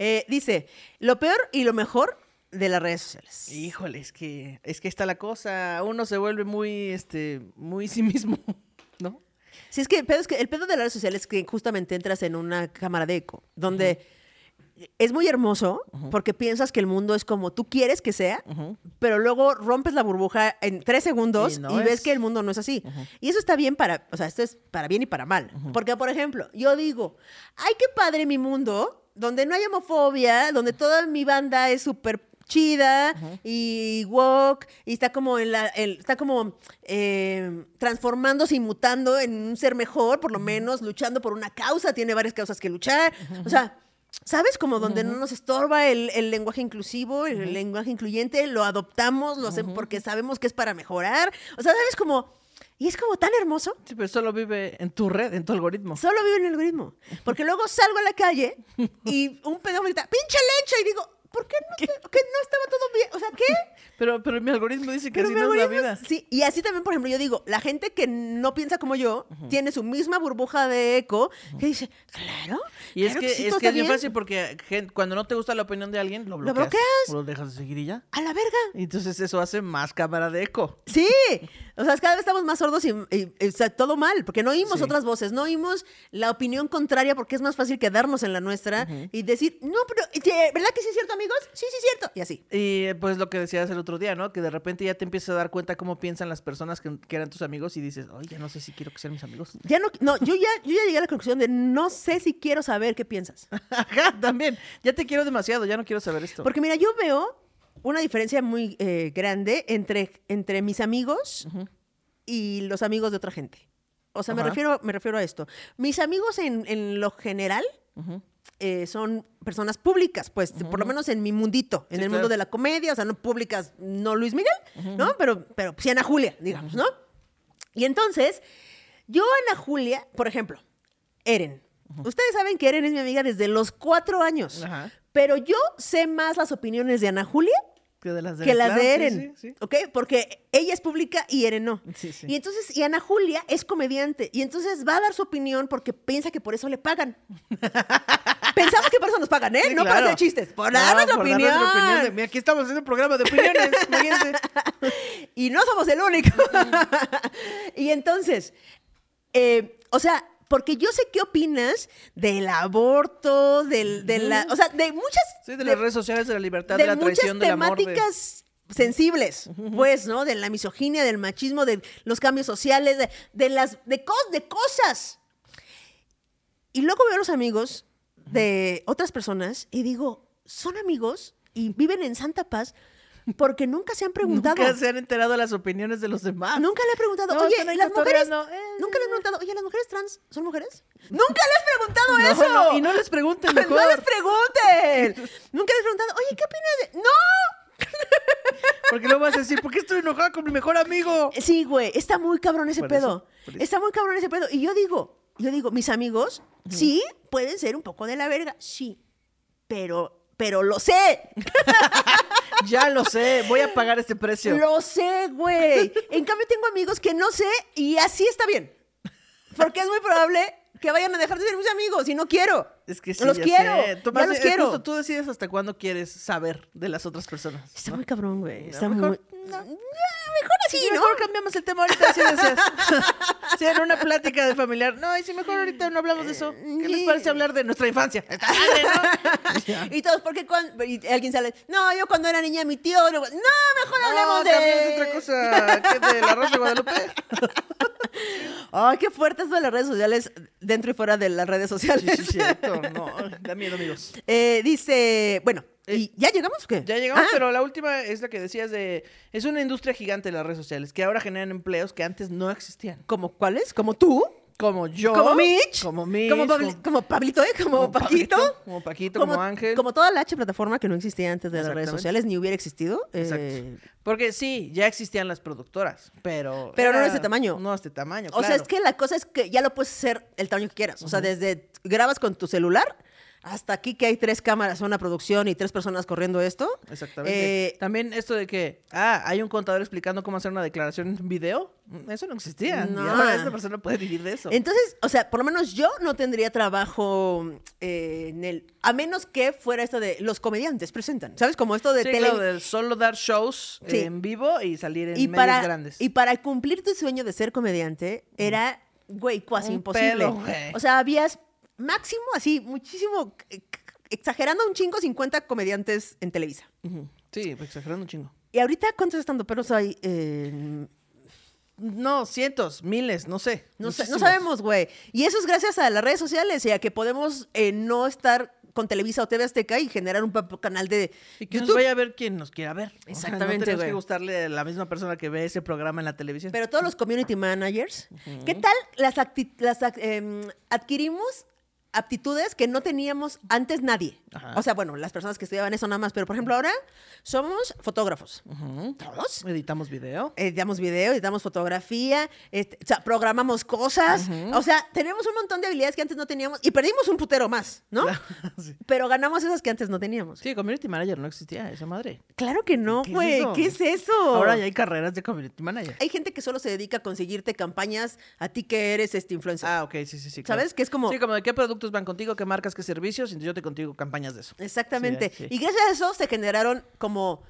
B: Eh, dice, lo peor y lo mejor de las redes sociales.
A: Híjole, es que, es que está la cosa. Uno se vuelve muy, este, muy sí mismo, ¿no?
B: Sí, es que el pedo, es que el pedo de las redes sociales es que justamente entras en una cámara de eco, donde es muy hermoso porque piensas que el mundo es como tú quieres que sea, pero luego rompes la burbuja en tres segundos
A: Y
B: y,
A: no
B: ves
A: es.
B: que el mundo no es así. Y eso está bien para, o sea, esto es para bien y para mal. Porque, por ejemplo, yo digo, ay, qué padre mi mundo, donde no hay homofobia, donde toda mi banda es súper chida y woke y está como en la el- está como eh, transformándose y mutando en un ser mejor por lo menos luchando por una causa tiene varias causas que luchar o sea ¿Sabes? Como donde no nos estorba el, el lenguaje inclusivo, el lenguaje incluyente, lo adoptamos, lo hacemos porque sabemos que es para mejorar. O sea, ¿sabes? Como, y es como tan hermoso.
A: Sí, pero solo vive en tu red, en tu algoritmo.
B: Solo vive en el algoritmo. Porque luego salgo a la calle y un pedo me grita, pinche lencha, y digo, ¿por qué no, te- que no estaba todo bien? O sea, ¿qué?
A: Pero, pero mi algoritmo dice que
B: Pero
A: así
B: mi
A: no es la
B: algoritmo
A: vida.
B: es- Sí, y así también, por ejemplo, yo digo, la gente que no piensa como yo tiene su misma burbuja de eco que dice, claro.
A: Y es
B: claro
A: que,
B: sí,
A: es
B: todo
A: que
B: está
A: es bien
B: bien.
A: fácil porque gen- cuando no te gusta la opinión de alguien, lo bloqueas.
B: bloqueas.
A: O lo dejas de seguir y ya.
B: A la verga.
A: Y Entonces eso hace más cámara de eco.
B: Sí, o sea, cada vez estamos más sordos y, y- y, o sea, todo mal, porque no oímos
A: Sí.
B: otras voces, no oímos la opinión contraria porque es más fácil quedarnos en la nuestra y decir, no, pero, eh, ¿verdad que sí es cierto, amigos? Sí, sí es cierto. Y así.
A: Y eh, pues lo que decías el otro día, ¿no? Que de repente ya te empiezas a dar cuenta cómo piensan las personas que, que eran tus amigos y dices, oye, ya no sé si quiero que sean mis amigos.
B: Ya no, no, yo ya, yo ya llegué a la conclusión de no sé si quiero saber qué piensas.
A: Ajá, también. Ya te quiero demasiado, ya no quiero saber esto.
B: Porque mira, yo veo una diferencia muy eh, grande entre, entre mis amigos y los amigos de otra gente. O sea, me
A: Ajá.
B: refiero, me refiero a esto. Mis amigos en, en lo general eh, son personas públicas, pues, por lo menos en mi mundito, en
A: Sí,
B: el
A: claro.
B: mundo de la comedia, o sea, no públicas, no Luis Miguel, ¿no? Pero, pero sí Ana Julia, digamos, ¿no? Y entonces, yo Ana Julia, por ejemplo, Eren. Ustedes saben que Eren es mi amiga desde los cuatro años.
A: Ajá.
B: Pero yo sé más las opiniones de Ana Julia
A: que de las de,
B: que las
A: claro,
B: de
A: sí,
B: Eren.
A: sí, sí.
B: ¿Ok? Porque ella es pública y Eren no.
A: Sí, sí.
B: Y entonces, y Ana Julia es comediante. Y entonces va a dar su opinión porque piensa que por eso le pagan. Pensamos que por eso nos pagan, ¿eh?
A: Sí,
B: no para
A: claro.
B: hacer chistes. Por
A: No,
B: dar nuestra
A: por
B: opinión.
A: nuestra opinión de- Mira, aquí estamos haciendo un programa de opiniones, imagínense.
B: y no somos el único. y entonces, eh, o sea, porque yo sé qué opinas del aborto, del, de la, o sea, de muchas,
A: Sí, de las redes sociales de la libertad, de,
B: de
A: la
B: muchas
A: traición, del amor. pues. de-
B: temáticas sensibles, pues, ¿no? De la misoginia, del machismo, de los cambios sociales, de, de las de, cos- de cosas. Y luego veo a los amigos de otras personas y digo, son amigos y viven en santa paz porque nunca se han preguntado. Ah,
A: Nunca se han enterado las opiniones de los demás.
B: Nunca le he preguntado,
A: No,
B: oye,
A: están ahí
B: las mujeres.
A: cotorreando, eh,
B: Nunca le he preguntado, oye, ¿las mujeres trans son mujeres? ¡Nunca le has preguntado
A: No,
B: eso!
A: no, y no les pregunten
B: ¡No
A: mejor.
B: les pregunten! Nunca les he preguntado, oye, ¿qué opinas de.? ¡No!
A: Porque luego vas a decir, ¿por qué estoy enojada con mi mejor amigo?
B: Sí, güey, está muy cabrón ese
A: Por
B: pedo.
A: eso, por eso.
B: Está muy cabrón ese pedo. Y yo digo, yo digo, mis amigos, sí, pueden ser un poco de la verga, sí. Pero, pero lo sé.
A: Ya lo sé, voy a pagar este precio.
B: Lo sé, güey. En cambio, tengo amigos que no sé y así está bien. Porque es muy probable que vayan a dejar de ser mis amigos y no quiero.
A: Es que sí,
B: los
A: ya
B: quiero.
A: sé. Tú
B: Ya
A: más-
B: los
A: eh,
B: quiero.
A: justo tú decides hasta cuándo quieres saber de las otras personas.
B: Está muy cabrón, güey. Está
A: mejor-
B: muy. No, ya, mejor así,
A: Sí,
B: ¿no?
A: mejor cambiamos el tema ahorita si deseas. Sí, en una plática de familiar. No, y si mejor ahorita no hablamos de eso. ¿Qué les
B: sí.
A: parece hablar de nuestra infancia? Está padre, ¿no? Ya.
B: Y todos, porque cuando. Y alguien sale. No, yo cuando era niña, mi tío. luego, no, mejor
A: No,
B: hablemos de.
A: cambiemos otra cosa que de la Rosa de Guadalupe.
B: Ay, qué fuertes son las redes sociales dentro y fuera de las redes
A: Sí,
B: sociales.
A: sí, cierto. No, da miedo, amigos.
B: Eh, dice. Bueno, ¿y
A: Eh,
B: ¿ya llegamos o qué?
A: Ya llegamos,
B: Ah,
A: pero la última es la que decías de... Es una industria gigante de las redes sociales que ahora generan empleos que antes no existían.
B: ¿Como cuáles? ¿Como tú?
A: Como yo.
B: Como Mitch.
A: Como Mitch.
B: Como, Pabli- como Pablito, ¿eh? Como,
A: como
B: Paquito.
A: Pablito, como Paquito, como Ángel.
B: Como toda la H plataforma que no existía antes de las redes
A: Exactamente.
B: sociales, ni hubiera existido. eh,
A: Exacto. Porque sí, ya existían las productoras, pero...
B: Pero no de este tamaño.
A: No de este tamaño,
B: O sea,
A: claro.
B: es que la cosa es que ya lo puedes hacer el tamaño que quieras. O sea, desde grabas con tu celular hasta aquí que hay tres cámaras, una producción y tres personas corriendo esto.
A: Exactamente.
B: Eh,
A: También esto de que, ah, hay un contador explicando cómo hacer una declaración en video. Eso no existía. Y
B: No.
A: ahora esta persona puede vivir de eso.
B: Entonces, o sea, por lo menos yo no tendría trabajo eh, en el. A menos que fuera esto de los comediantes presentan. ¿Sabes? Como esto de
A: Sí,
B: tele.
A: claro, de solo dar shows
B: Sí.
A: en vivo y salir en
B: y,
A: medios
B: para,
A: grandes.
B: y para cumplir tu sueño de ser comediante era, güey, casi
A: Un
B: imposible.
A: pedo, güey.
B: o sea, habías máximo así, muchísimo, eh, exagerando un chingo, 50 comediantes en Televisa.
A: Ujú. Sí, pues exagerando un chingo.
B: Y ahorita, ¿cuántos estando peros hay? Eh,
A: No, cientos, miles, no sé.
B: no, sé- no
A: Muchísimos.
B: sabemos, güey. Y eso es gracias a las redes sociales y a que podemos eh, no estar con Televisa o TV Azteca y generar un pa- canal de
A: Y que nos
B: YouTube.
A: vaya a ver quien nos quiera ver. O sea,
B: Exactamente,
A: no tenemos
B: güey.
A: que gustarle a la misma persona que ve ese programa en la televisión.
B: Pero todos los community managers, ¿qué tal las, acti- las ac- em, adquirimos aptitudes que no teníamos antes nadie?
A: Ajá.
B: O sea, bueno, las personas que estudiaban eso nada más, pero por ejemplo ahora somos fotógrafos. Todos.
A: Editamos video.
B: Editamos video, editamos fotografía, este, o sea, programamos cosas. O sea, tenemos un montón de habilidades que antes no teníamos y perdimos un putero más, ¿no?
A: sí.
B: Pero ganamos esas que antes no teníamos.
A: Sí, community manager no existía, esa madre.
B: Claro que no,
A: ¿Qué es
B: güey.
A: eso?
B: ¿Qué es eso?
A: Ahora ya hay carreras de community manager.
B: Hay gente que solo se dedica a conseguirte campañas a ti que eres este influencer.
A: Ah, ok, sí, sí, sí.
B: ¿Sabes? Que es como-
A: Sí, como de qué productos van contigo, qué marcas, qué servicios, y yo te contigo campañas de eso.
B: Exactamente.
A: Sí, sí.
B: Y gracias a eso se generaron como,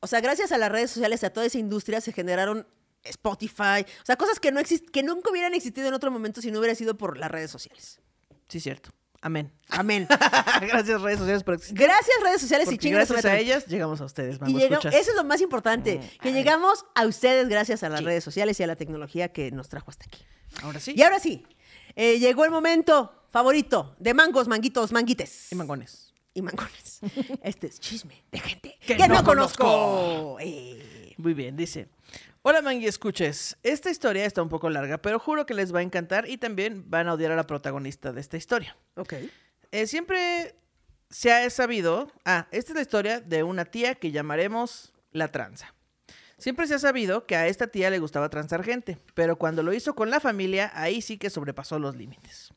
B: o sea, gracias a las redes sociales, a toda esa industria, se generaron Spotify, o sea, cosas que no exist que nunca hubieran existido en otro momento si no hubiera sido por las redes sociales.
A: Sí, cierto. Amén.
B: Amén.
A: gracias, redes sociales, por existir.
B: gracias redes sociales y
A: Porque
B: chingas
A: gracias a ellas llegamos a ustedes,
B: Y
A: vamos,
B: llega-
A: escuchas.
B: eso es lo más importante, que llegamos a ustedes gracias a las
A: Sí.
B: redes sociales y a la tecnología que nos trajo hasta aquí.
A: Ahora sí.
B: Y ahora sí, eh, llegó el momento favorito de mangos, manguitos, manguites.
A: Y mangones.
B: y mangones. Este es chisme de gente que,
A: Que
B: no,
A: no
B: conozco.
A: conozco.
B: Eh,
A: Muy bien, dice. Hola Mangui, escuches. Esta historia está un poco larga, pero juro que les va a encantar y también van a odiar a la protagonista de esta historia.
B: ok.
A: Eh, siempre se ha sabido. Ah, esta es la historia de una tía que llamaremos la tranza. Siempre se ha sabido que a esta tía le gustaba transar gente, pero cuando lo hizo con la familia, ahí sí que sobrepasó los límites.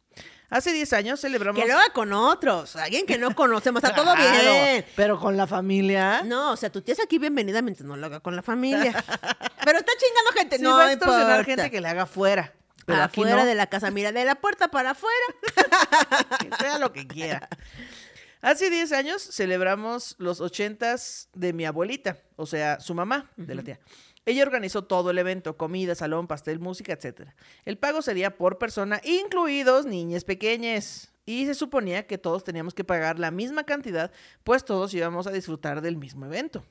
A: Hace 10 años celebramos.
B: Que lo haga con otros, alguien que no conocemos, está todo
A: Claro,
B: bien.
A: Pero con la familia.
B: No, o sea, tu tía es aquí bienvenida mientras no lo haga con la familia. Pero está chingando gente,
A: Sí,
B: no
A: va a extorsionar
B: importa.
A: gente que le haga fuera. Pero aquí
B: afuera
A: no.
B: de la casa, mira, de la puerta para afuera.
A: que sea lo que quiera. Hace 10 años celebramos los 80 de mi abuelita, o sea, su mamá de la tía. Ella organizó todo el evento, comida, salón, pastel, música, etc. El pago sería por persona, incluidos niñas pequeñas. Y se suponía que todos teníamos que pagar la misma cantidad, pues todos íbamos a disfrutar del mismo evento.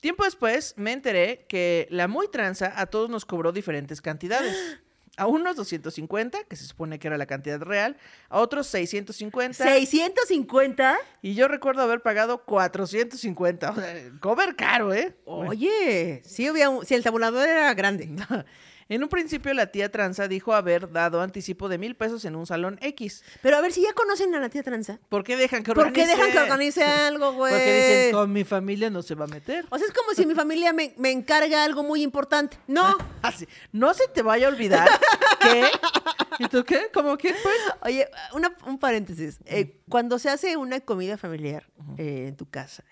A: Tiempo después me enteré que la muy tranza a todos nos cobró diferentes cantidades. A unos 250, que se supone que era la cantidad real, a otros 650.
B: ¿650?
A: Y yo recuerdo haber pagado 450. O sea, cover caro, ¿eh?
B: Oye, sí, había un- sí, el tabulador era grande.
A: En un principio la tía tranza dijo haber dado anticipo de mil pesos en un salón X.
B: Pero a ver si ya conocen a la tía tranza.
A: ¿Por qué dejan que
B: ¿Por
A: organice?
B: qué dejan que organice algo, güey?
A: Porque dicen, con mi familia no se va a meter.
B: O sea, es como si mi familia me, me encarga algo muy importante. No.
A: Así, no se te vaya a olvidar que... ¿Y tú qué? ¿Cómo que fue?
B: Oye, una- un paréntesis. Eh, cuando se hace una comida familiar eh, en tu casa,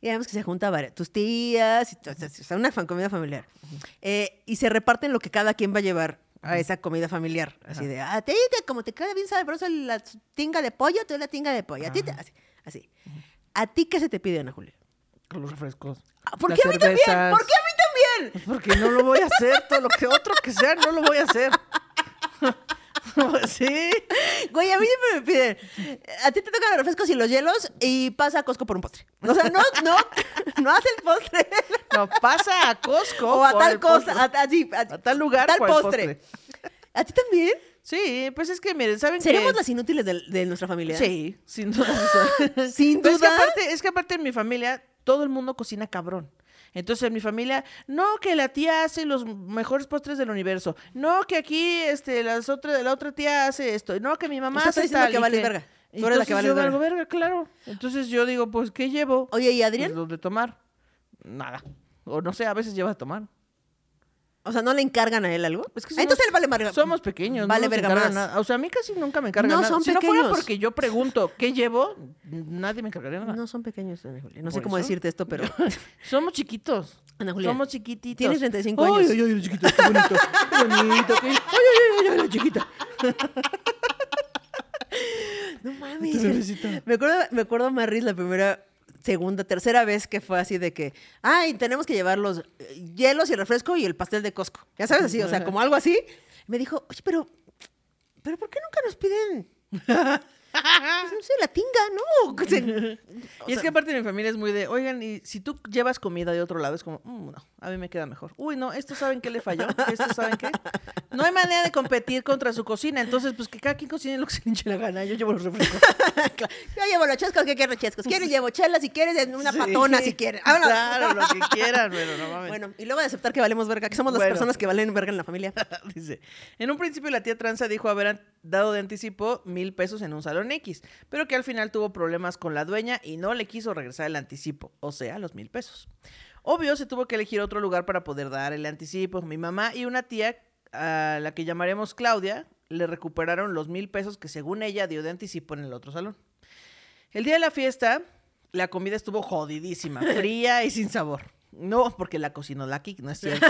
B: digamos que se junta varias, tus tías, y, to- o sea, una fa- comida familiar, eh, y se reparten lo que cada quien va a llevar a esa comida familiar. Así de, a ti, te- como te queda bien sabroso la tinga de pollo, te doy la tinga de pollo. A ti, te- así. así. ¿A ti qué se te pide, Ana Julia?
A: Con los refrescos.
B: Ah, ¿Por
A: Las
B: qué a mí también?
A: cervezas.
B: ¿Por qué a mí también?
A: Porque no lo voy a hacer, todo lo que otro que sea, no lo voy a hacer. sí.
B: Güey, a mí siempre me piden, a ti te tocan los refrescos y los hielos y pasa a Costco por un postre. O sea, no, no, no hace el postre.
A: No, pasa a Costco.
B: o a
A: por
B: tal
A: el
B: cosa,
A: postre.
B: a, ta- sí, a-
A: A tal lugar,
B: tal
A: por el
B: postre. ¿A ti también?
A: Sí, pues es que miren, ¿saben
B: ¿Seremos
A: qué?
B: las inútiles del- de, nuestra familia?
A: Sí, sin duda. o sea.
B: Sin
A: Pero Pues Es que,
B: duda.
A: aparte, es que aparte en mi familia todo el mundo cocina cabrón. Entonces en mi familia, no que la tía hace los mejores postres del universo, no que aquí este las otra, la otra tía hace esto, no que mi mamá
B: O sea,
A: hace
B: estoy diciendo
A: tal,
B: que
A: y
B: vales verga. Tú eres la que
A: Entonces,
B: vales
A: yo
B: verga.
A: valgo verga, claro. Entonces yo digo, pues ¿qué llevo?
B: Oye, ¿y
A: Pues,
B: Adrián?
A: lo de tomar. Nada. O no sé, a veces lleva a tomar.
B: O sea, ¿no le encargan a él algo?
A: Es que
B: Ah, Entonces
A: somos-
B: él vale verga.
A: Somos pequeños,
B: Vale
A: no nos
B: verga
A: encargan
B: más.
A: nada. O sea, a mí casi nunca me encargan
B: No,
A: nada.
B: son
A: si no fuera
B: pequeños.
A: porque yo pregunto qué llevo, nadie me encargaría nada.
B: No son pequeños, Ana Julia. No sé
A: Por
B: cómo
A: eso.
B: decirte esto, pero...
A: Somos chiquitos.
B: Ana Ah, Julia,
A: Somos chiquititos.
B: tienes 35
A: Ay,
B: años.
A: Ay, ay, ay, chiquita, qué bonito. Qué bonito. qué- Ay, ay, ay, ay, la chiquita.
B: No mames.
A: Tu bebecita.
B: Me acuerdo, me acuerdo a Marris la primera, segunda, tercera vez que fue así de que, ay, tenemos que llevar los eh, hielos y el refresco y el pastel de Costco. Ya sabes, así, o sea, como algo así. Me dijo, oye, pero, pero ¿por qué nunca nos piden? Pues, no sé, la tinga, ¿no? O sea,
A: Y es que aparte de mi familia es muy de, oigan, y si tú llevas comida de otro lado, es como, "Mm, no, a mí me queda mejor. Uy, no, estos saben qué le falló, estos saben qué. No hay manera de competir contra su cocina, entonces pues que cada quien cocine lo que se le hinche la gana, yo llevo los refrescos.
B: Yo llevo los chescos, ¿qué quieres chescos? ¿Quieres llevo chelas si quieres? en Una patona si Ah, quieres. Vámonos.
A: Claro, lo que quieran, pero no mames.
B: Bueno, y luego de aceptar que valemos verga, que somos las
A: Bueno.
B: personas que valen verga en la familia.
A: Dice, en un principio la tía tranza dijo haber an- dado de anticipo mil pesos en un salón X, pero que al final tuvo problemas con la dueña y no le quiso regresar el anticipo, o sea, los mil pesos. Obvio, se tuvo que elegir otro lugar para poder dar el anticipo. Mi mamá y una tía, a la que llamaremos Claudia, le recuperaron los mil pesos que según ella dio de anticipo en el otro salón. El día de la fiesta, la comida estuvo jodidísima, fría y sin sabor. No, porque la cocinó la Kik, no es cierto.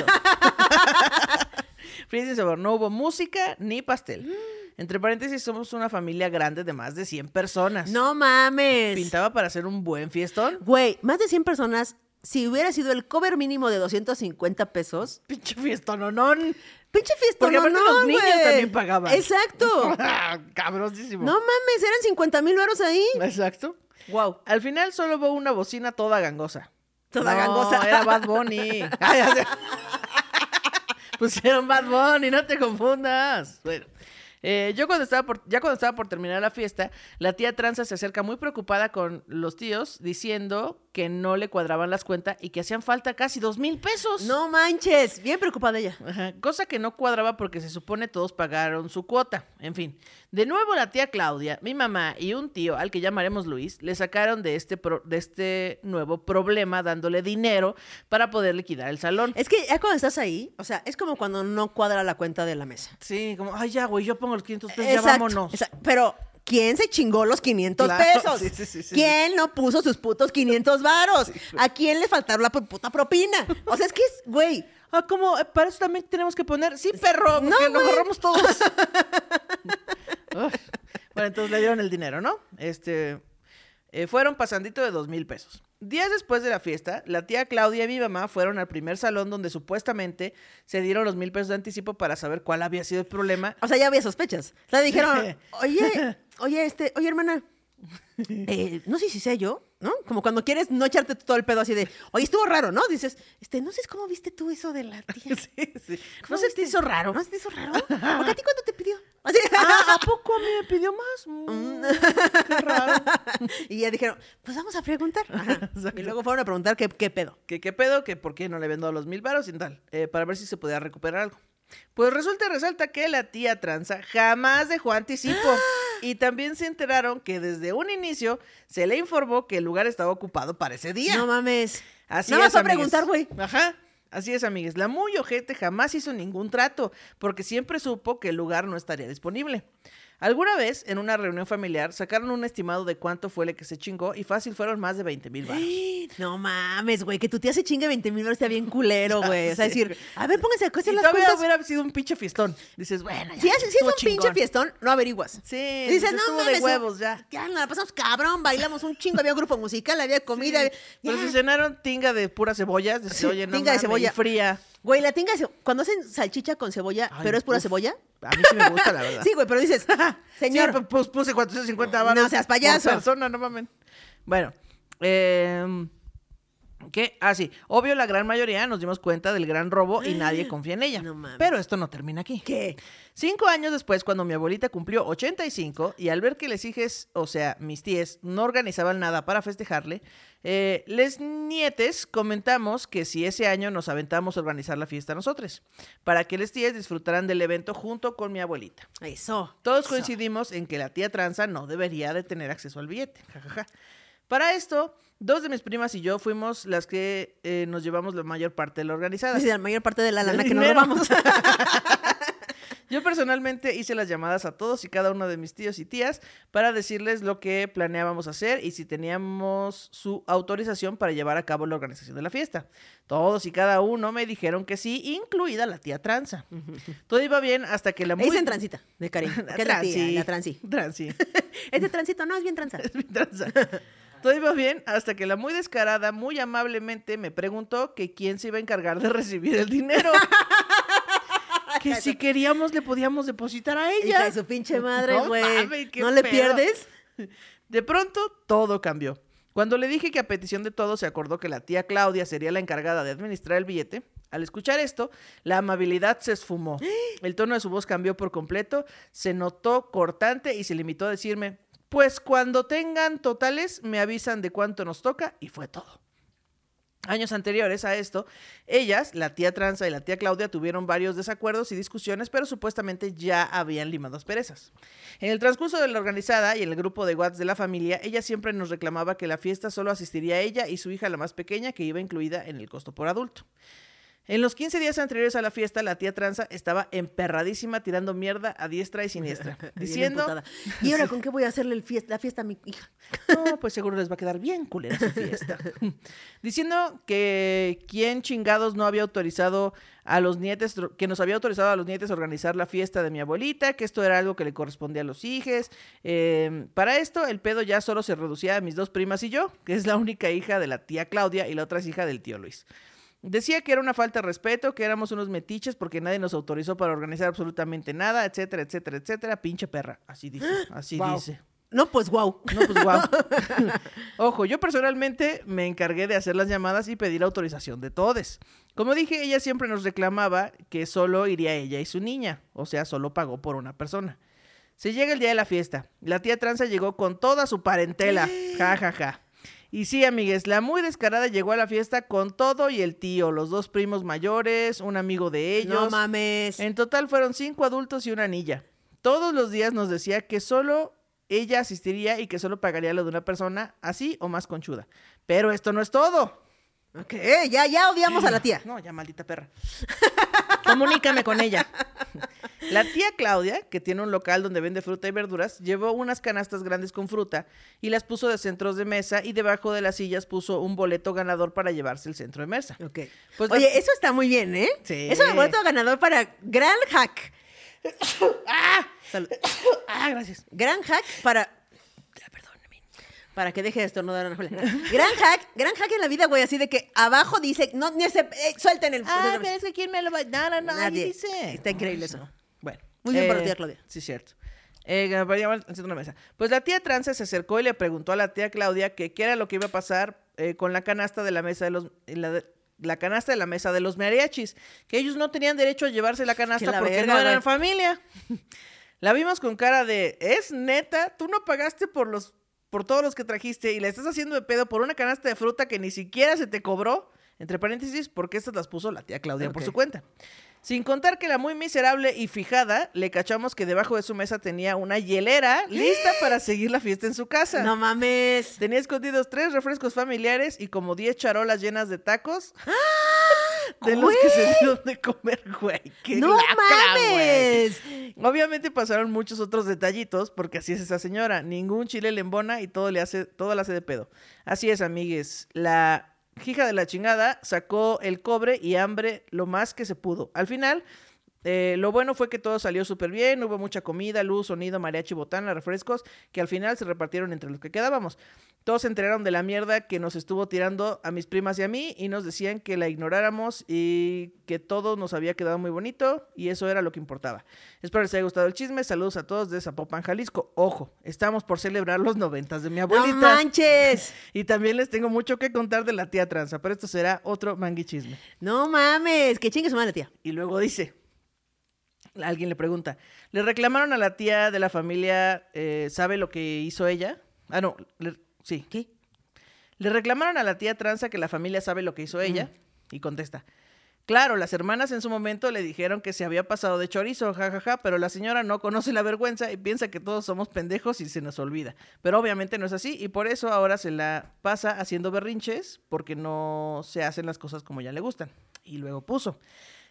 A: Frías sin sabor. No hubo música ni pastel. Entre paréntesis, somos una familia grande de más de 100 personas.
B: No pues. mames.
A: Pintaba para hacer un buen fiestón.
B: Güey, más de 100 personas, si hubiera sido el cover mínimo de 250 pesos,
A: Pinche fiestononón.
B: pinche fiesta.
A: Porque
B: no,
A: aparte
B: no,
A: los niños
B: güey.
A: también pagaban.
B: Exacto.
A: Cabrosísimo.
B: No mames, eran 50 mil varos ahí.
A: Exacto.
B: Wow.
A: Al final solo hubo una bocina toda gangosa.
B: Toda
A: No,
B: gangosa.
A: Era Bad Bunny. Ay, o sea, Pusieron Bad Bunny, no te confundas. Bueno. eh, yo cuando estaba por, ya cuando estaba por terminar la fiesta, la tía Tranza se acerca muy preocupada con los tíos, diciendo que no le cuadraban las cuentas y que hacían falta casi dos mil pesos.
B: No manches, bien preocupada ella.
A: Ajá, Cosa que no cuadraba porque se supone todos pagaron su cuota. En fin, de nuevo la tía Claudia, mi mamá y un tío, al que llamaremos Luis, le sacaron de este, pro- de este nuevo problema dándole dinero para poder liquidar el salón.
B: Es que ya cuando estás ahí, o sea, es como cuando no cuadra la cuenta de la mesa.
A: Sí, como, ay, ya, güey, yo pongo los 500 pesos, ya
B: Exacto,
A: vámonos.
B: exacto. Pero, ¿quién se chingó los 500
A: Claro,
B: pesos?
A: sí, sí, sí, sí.
B: ¿Quién no puso sus putos 500 varos? ¿A quién le faltaron la pu- puta propina? O sea, es que es, güey,
A: Ah, ¿cómo? Eh, Para eso también tenemos que poner. Sí, perro,
B: No,
A: porque nos
B: güey.
A: ahorramos todos. Uf. bueno, entonces le dieron el dinero, ¿no? Este. Eh, fueron pasandito de dos mil pesos. Días después de la fiesta, la tía Claudia y mi mamá fueron al primer salón donde supuestamente se dieron los mil pesos de anticipo para saber cuál había sido el problema.
B: O sea, ya había sospechas. O sea, dijeron, oye, oye, este, oye, hermana, eh, no sé si sé yo, ¿no? Como cuando quieres no echarte todo el pedo así de, oye, estuvo raro, ¿no? Dices, este, no sé cómo viste tú eso de la tía.
A: Sí, sí. ¿No
B: ¿Cómo
A: se
B: viste?
A: te hizo raro?
B: ¿No se te hizo raro? ¿Porque a ti cuánto te pidió? Así.
A: Ah, ¿A poco a mí me pidió más? Mm, qué raro.
B: y ya dijeron, pues vamos a preguntar. Ajá.
A: Exacto.
B: Y luego fueron a preguntar qué, qué pedo.
A: que qué pedo, que por qué no le habían dado los mil varos y tal, eh, para ver si se podía recuperar algo. Pues resulta y resalta que la tía tranza jamás dejó anticipo. Y también se enteraron que desde un inicio se le informó que el lugar estaba ocupado para ese día.
B: No mames.
A: Así
B: Nada más
A: es,
B: para
A: amigues.
B: preguntar, güey.
A: Ajá. Así es, amigues. La muy ojete jamás hizo ningún trato, porque siempre supo que el lugar no estaría disponible. Alguna vez, en una reunión familiar, sacaron un estimado de cuánto fue el que se chingó y fácil fueron más de 20 mil varos.
B: No mames, güey, que tu tía se chingue 20 mil dólares está bien culero, güey. O sea, decir, a ver, pónganse a
A: Si
B: hacer las
A: todavía
B: cuentas.
A: hubiera sido un pinche fiestón. Dices, bueno, ya,
B: Si es, si es
A: estuvo
B: un
A: chingón.
B: pinche fiestón, no averiguas.
A: Sí, pues
B: Dices, no
A: estuvo
B: mames,
A: de huevos ya.
B: Ya nos la pasamos cabrón, bailamos un chingo, había grupo musical, había comida.
A: Sí.
B: había-
A: Pero
B: Ya.
A: se llenaron tinga de puras cebollas. Dices,
B: Sí,
A: oye, no
B: tinga de
A: mames,
B: cebolla.
A: y fría.
B: Güey, la tinga de ce- Cuando hacen salchicha con cebolla,
A: Ay,
B: pero es pura
A: uf.
B: cebolla.
A: A mí sí me gusta, la verdad.
B: Sí, güey, pero dices, señor,
A: Sí, pues puse 450 varos.
B: No seas payaso.
A: Por persona, no mames. Bueno, eh, ¿qué? Ah, sí. Obvio, la gran mayoría nos dimos cuenta del gran robo y nadie confía en ella.
B: No mames.
A: Pero esto no termina aquí.
B: ¿qué?
A: Cinco años después, cuando mi abuelita cumplió 85 y al ver que les hijes, o sea, mis tíes, no organizaban nada para festejarle, eh, les nietes comentamos que si ese año nos aventamos a organizar la fiesta nosotros, para que les tíes disfrutaran del evento junto con mi abuelita.
B: Eso.
A: Todos
B: eso.
A: coincidimos en que la tía tranza no debería de tener acceso al billete. jajaja. Para esto, dos de mis primas y yo fuimos las que eh, nos llevamos la mayor parte de la organizada.
B: Dice la mayor parte de la
A: Del
B: lana que nos
A: dinero.
B: robamos.
A: Yo personalmente hice las llamadas a todos y cada uno de mis tíos y tías para decirles lo que planeábamos hacer y si teníamos su autorización para llevar a cabo la organización de la fiesta. Todos y cada uno me dijeron que sí, incluida la tía tranza. Todo iba bien hasta que la
B: Le
A: muy...
B: dicen transita, de cariño. ¿Qué es la tía?
A: transi.
B: La transi.
A: Transi.
B: Este transito no es bien transa.
A: es mi tranza. Todo iba bien hasta que la muy descarada, muy amablemente, me preguntó que quién se iba a encargar de recibir el dinero. que si queríamos le podíamos depositar a
B: Hija
A: ella.
B: de su pinche madre,
A: No
B: güey.
A: mames, qué
B: ¿No, le
A: pedo.
B: pierdes?
A: De pronto, todo cambió. Cuando le dije que a petición de todos se acordó que la tía Claudia sería la encargada de administrar el billete, al escuchar esto, la amabilidad se esfumó. El tono de su voz cambió por completo, se notó cortante y se limitó a decirme, pues cuando tengan totales me avisan de cuánto nos toca y fue todo. Años anteriores a esto, ellas, la tía Tranza y la tía Claudia, tuvieron varios desacuerdos y discusiones, pero supuestamente ya habían limado asperezas. En el transcurso de la organizada y en el grupo de WhatsApp de la familia, ella siempre nos reclamaba que la fiesta solo asistiría ella y su hija, la más pequeña, que iba incluida en el costo por adulto. En los 15 días anteriores a la fiesta, la tía Tranza estaba emperradísima tirando mierda a diestra y siniestra,
B: Bien
A: diciendo...
B: emputada. ¿Y ahora con qué voy a hacerle el fies- la fiesta a mi hija?
A: No, pues seguro les va a quedar bien culera su fiesta. Diciendo que quién chingados no había autorizado a los nietes, que nos había autorizado a los nietes a organizar la fiesta de mi abuelita, que esto era algo que le correspondía a los hijes. Eh, para esto, el pedo ya solo se reducía a mis dos primas y yo, que es la única hija de la tía Claudia y la otra es hija del tío Luis. Decía que era una falta de respeto, que éramos unos metiches porque nadie nos autorizó para organizar absolutamente nada, etcétera, etcétera, etcétera. Pinche perra. Así dice, así
B: Guau.
A: dice.
B: No, pues wow.
A: No, pues guau. Ojo, yo personalmente me encargué de hacer las llamadas y pedir autorización de todes. Como dije, ella siempre nos reclamaba que solo iría ella y su niña, o sea, solo pagó por una persona. Se llega el día de la fiesta. La tía Tranza llegó con toda su parentela. Ja, ja, ja. Y sí, amigues, la muy descarada llegó a la fiesta con todo y el tío, los dos primos mayores, un amigo de ellos.
B: No mames.
A: En total fueron cinco adultos y una niña. Todos los días nos decía que solo ella asistiría y que solo pagaría lo de una persona así o más conchuda. Pero esto no es todo.
B: Ok, eh, ya, ya odiamos a la tía.
A: No, ya maldita perra. Comunícame con ella. La tía Claudia, que tiene un local donde vende fruta y verduras, llevó unas canastas grandes con fruta y las puso de centros de mesa y debajo de las sillas puso un boleto ganador para llevarse el centro de mesa.
B: Ok.
A: Pues
B: Oye,
A: la-
B: eso está muy bien, ¿eh?
A: Sí.
B: Eso me ha vuelto ganador para gran hack.
A: ah, gracias.
B: Gran hack para. Ya, perdóname. Para que deje de estornudar Ana Julia. Gran hack, gran hack en la vida, güey, así de que abajo dice, no, ni se, eh, suelten el...
A: Ah, pero es que quién me lo va a... No, no, no, ahí
B: Nadie.
A: dice.
B: Está increíble eso.
A: Bueno.
B: Muy bien por ti, Claudia.
A: Sí, cierto. Eh, Gabriela, enciende una mesa. Pues la tía trance se acercó y le preguntó a la tía Claudia que qué era lo que iba a pasar eh, con la canasta de la mesa de los... La de- la canasta de la mesa de los mariachis, que ellos no tenían derecho a llevarse la canasta
B: la
A: porque
B: verga,
A: no eran
B: güey.
A: familia. La vimos con cara de, es neta, tú no pagaste por los por todos los que trajiste y la estás haciendo de pedo por una canasta de fruta que ni siquiera se te cobró, entre paréntesis, porque estas las puso la tía Claudia por
B: Ok.
A: su cuenta. Sin contar que la muy miserable y fijada, le cachamos que debajo de su mesa tenía una hielera lista para seguir la fiesta en su casa.
B: No mames.
A: Tenía escondidos tres refrescos familiares y como 10 charolas llenas de tacos. De los que se dieron de comer, güey. ¡Qué
B: ¡No
A: lacra, güey!
B: mames!
A: Obviamente pasaron muchos otros detallitos, porque así es esa señora. Ningún chile le embona y todo le hace, todo la hace de pedo. Así es, amigues. La hija de la chingada sacó el cobre y hambre lo más que se pudo. Al final, eh, lo bueno fue que todo salió súper bien. Hubo mucha comida, luz, sonido, mariachi, botana, refrescos, que al final se repartieron entre los que quedábamos. Todos se enteraron de la mierda que nos estuvo tirando a mis primas y a mí y nos decían que la ignoráramos y que todo nos había quedado muy bonito y eso era lo que importaba. Espero les haya gustado el chisme. Saludos a todos de Zapopan, Jalisco. Ojo, estamos por celebrar los noventas de mi
B: ¡No
A: abuelita.
B: manches!
A: y también les tengo mucho que contar de la tía tranza, pero esto será otro mangui chisme.
B: ¡No mames! ¡Que chingue su madre, tía!
A: Y luego dice, alguien le pregunta, ¿le reclamaron a la tía de la familia, eh, sabe lo que hizo ella? Ah, no, le- sí.
B: ¿Qué?
A: Le reclamaron a la tía tranza que la familia sabe lo que hizo ella y contesta. Claro, las hermanas en su momento le dijeron que se había pasado de chorizo, jajaja, pero la señora no conoce la vergüenza y piensa que todos somos pendejos y se nos olvida. Pero obviamente no es así y por eso ahora se la pasa haciendo berrinches porque no se hacen las cosas como ya le gustan. Y luego puso.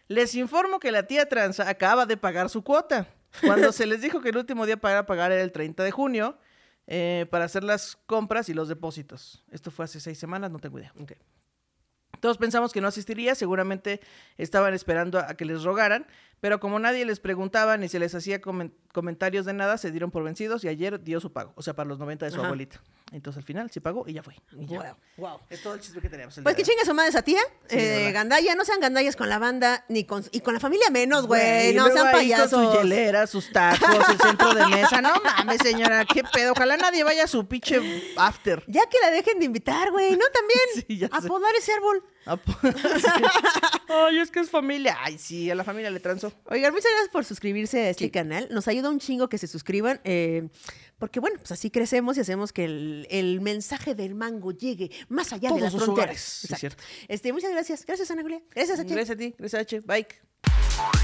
A: Les informo que la tía tranza acaba de pagar su cuota. Cuando se les dijo que el último día para pagar era el 30 de junio, eh, para hacer las compras y los depósitos. Esto fue hace seis semanas, no tengo idea. Todos pensamos que no asistiría, seguramente estaban esperando a que les rogaran, pero como nadie les preguntaba ni se les hacía comen- comentarios de nada, se dieron por vencidos y ayer dio su pago, o sea, para los 90 de su
B: Ajá.
A: abuelita. Entonces al final sí pagó y ya fue. y ya.
B: ¡Wow! ¡Wow!
A: Es todo el chisme que teníamos. el
B: Pues que
A: día de hoy.
B: chingue su madre esa tía.
A: Sí, de
B: eh,
A: verdad.
B: gandalla, no sean gandallas con la banda ni con, y con la familia menos, güey.
A: Y
B: No
A: luego
B: sean
A: ahí Con su
B: payasos.
A: hielera, sus tacos, el centro de mesa. No mames, señora, qué pedo. Ojalá nadie vaya a su pinche after.
B: Ya que la dejen de invitar, güey, ¿no? También
A: Sí, ya sé.
B: apodar ese árbol.
A: Ah, pues, sí. Ay, es que es familia. Ay, sí, a la familia le transo.
B: Oigan, muchas gracias por suscribirse a este canal. Nos ayuda un chingo que se suscriban, eh, porque bueno, pues así crecemos y hacemos que el, el mensaje del mango llegue más allá
A: Todos
B: de las
A: sus
B: fronteras.
A: hogares, sí,
B: Exacto.
A: cierto.
B: Este, muchas gracias. Gracias, Ana Julia. Gracias, H.
A: Gracias a ti, gracias H. Bye.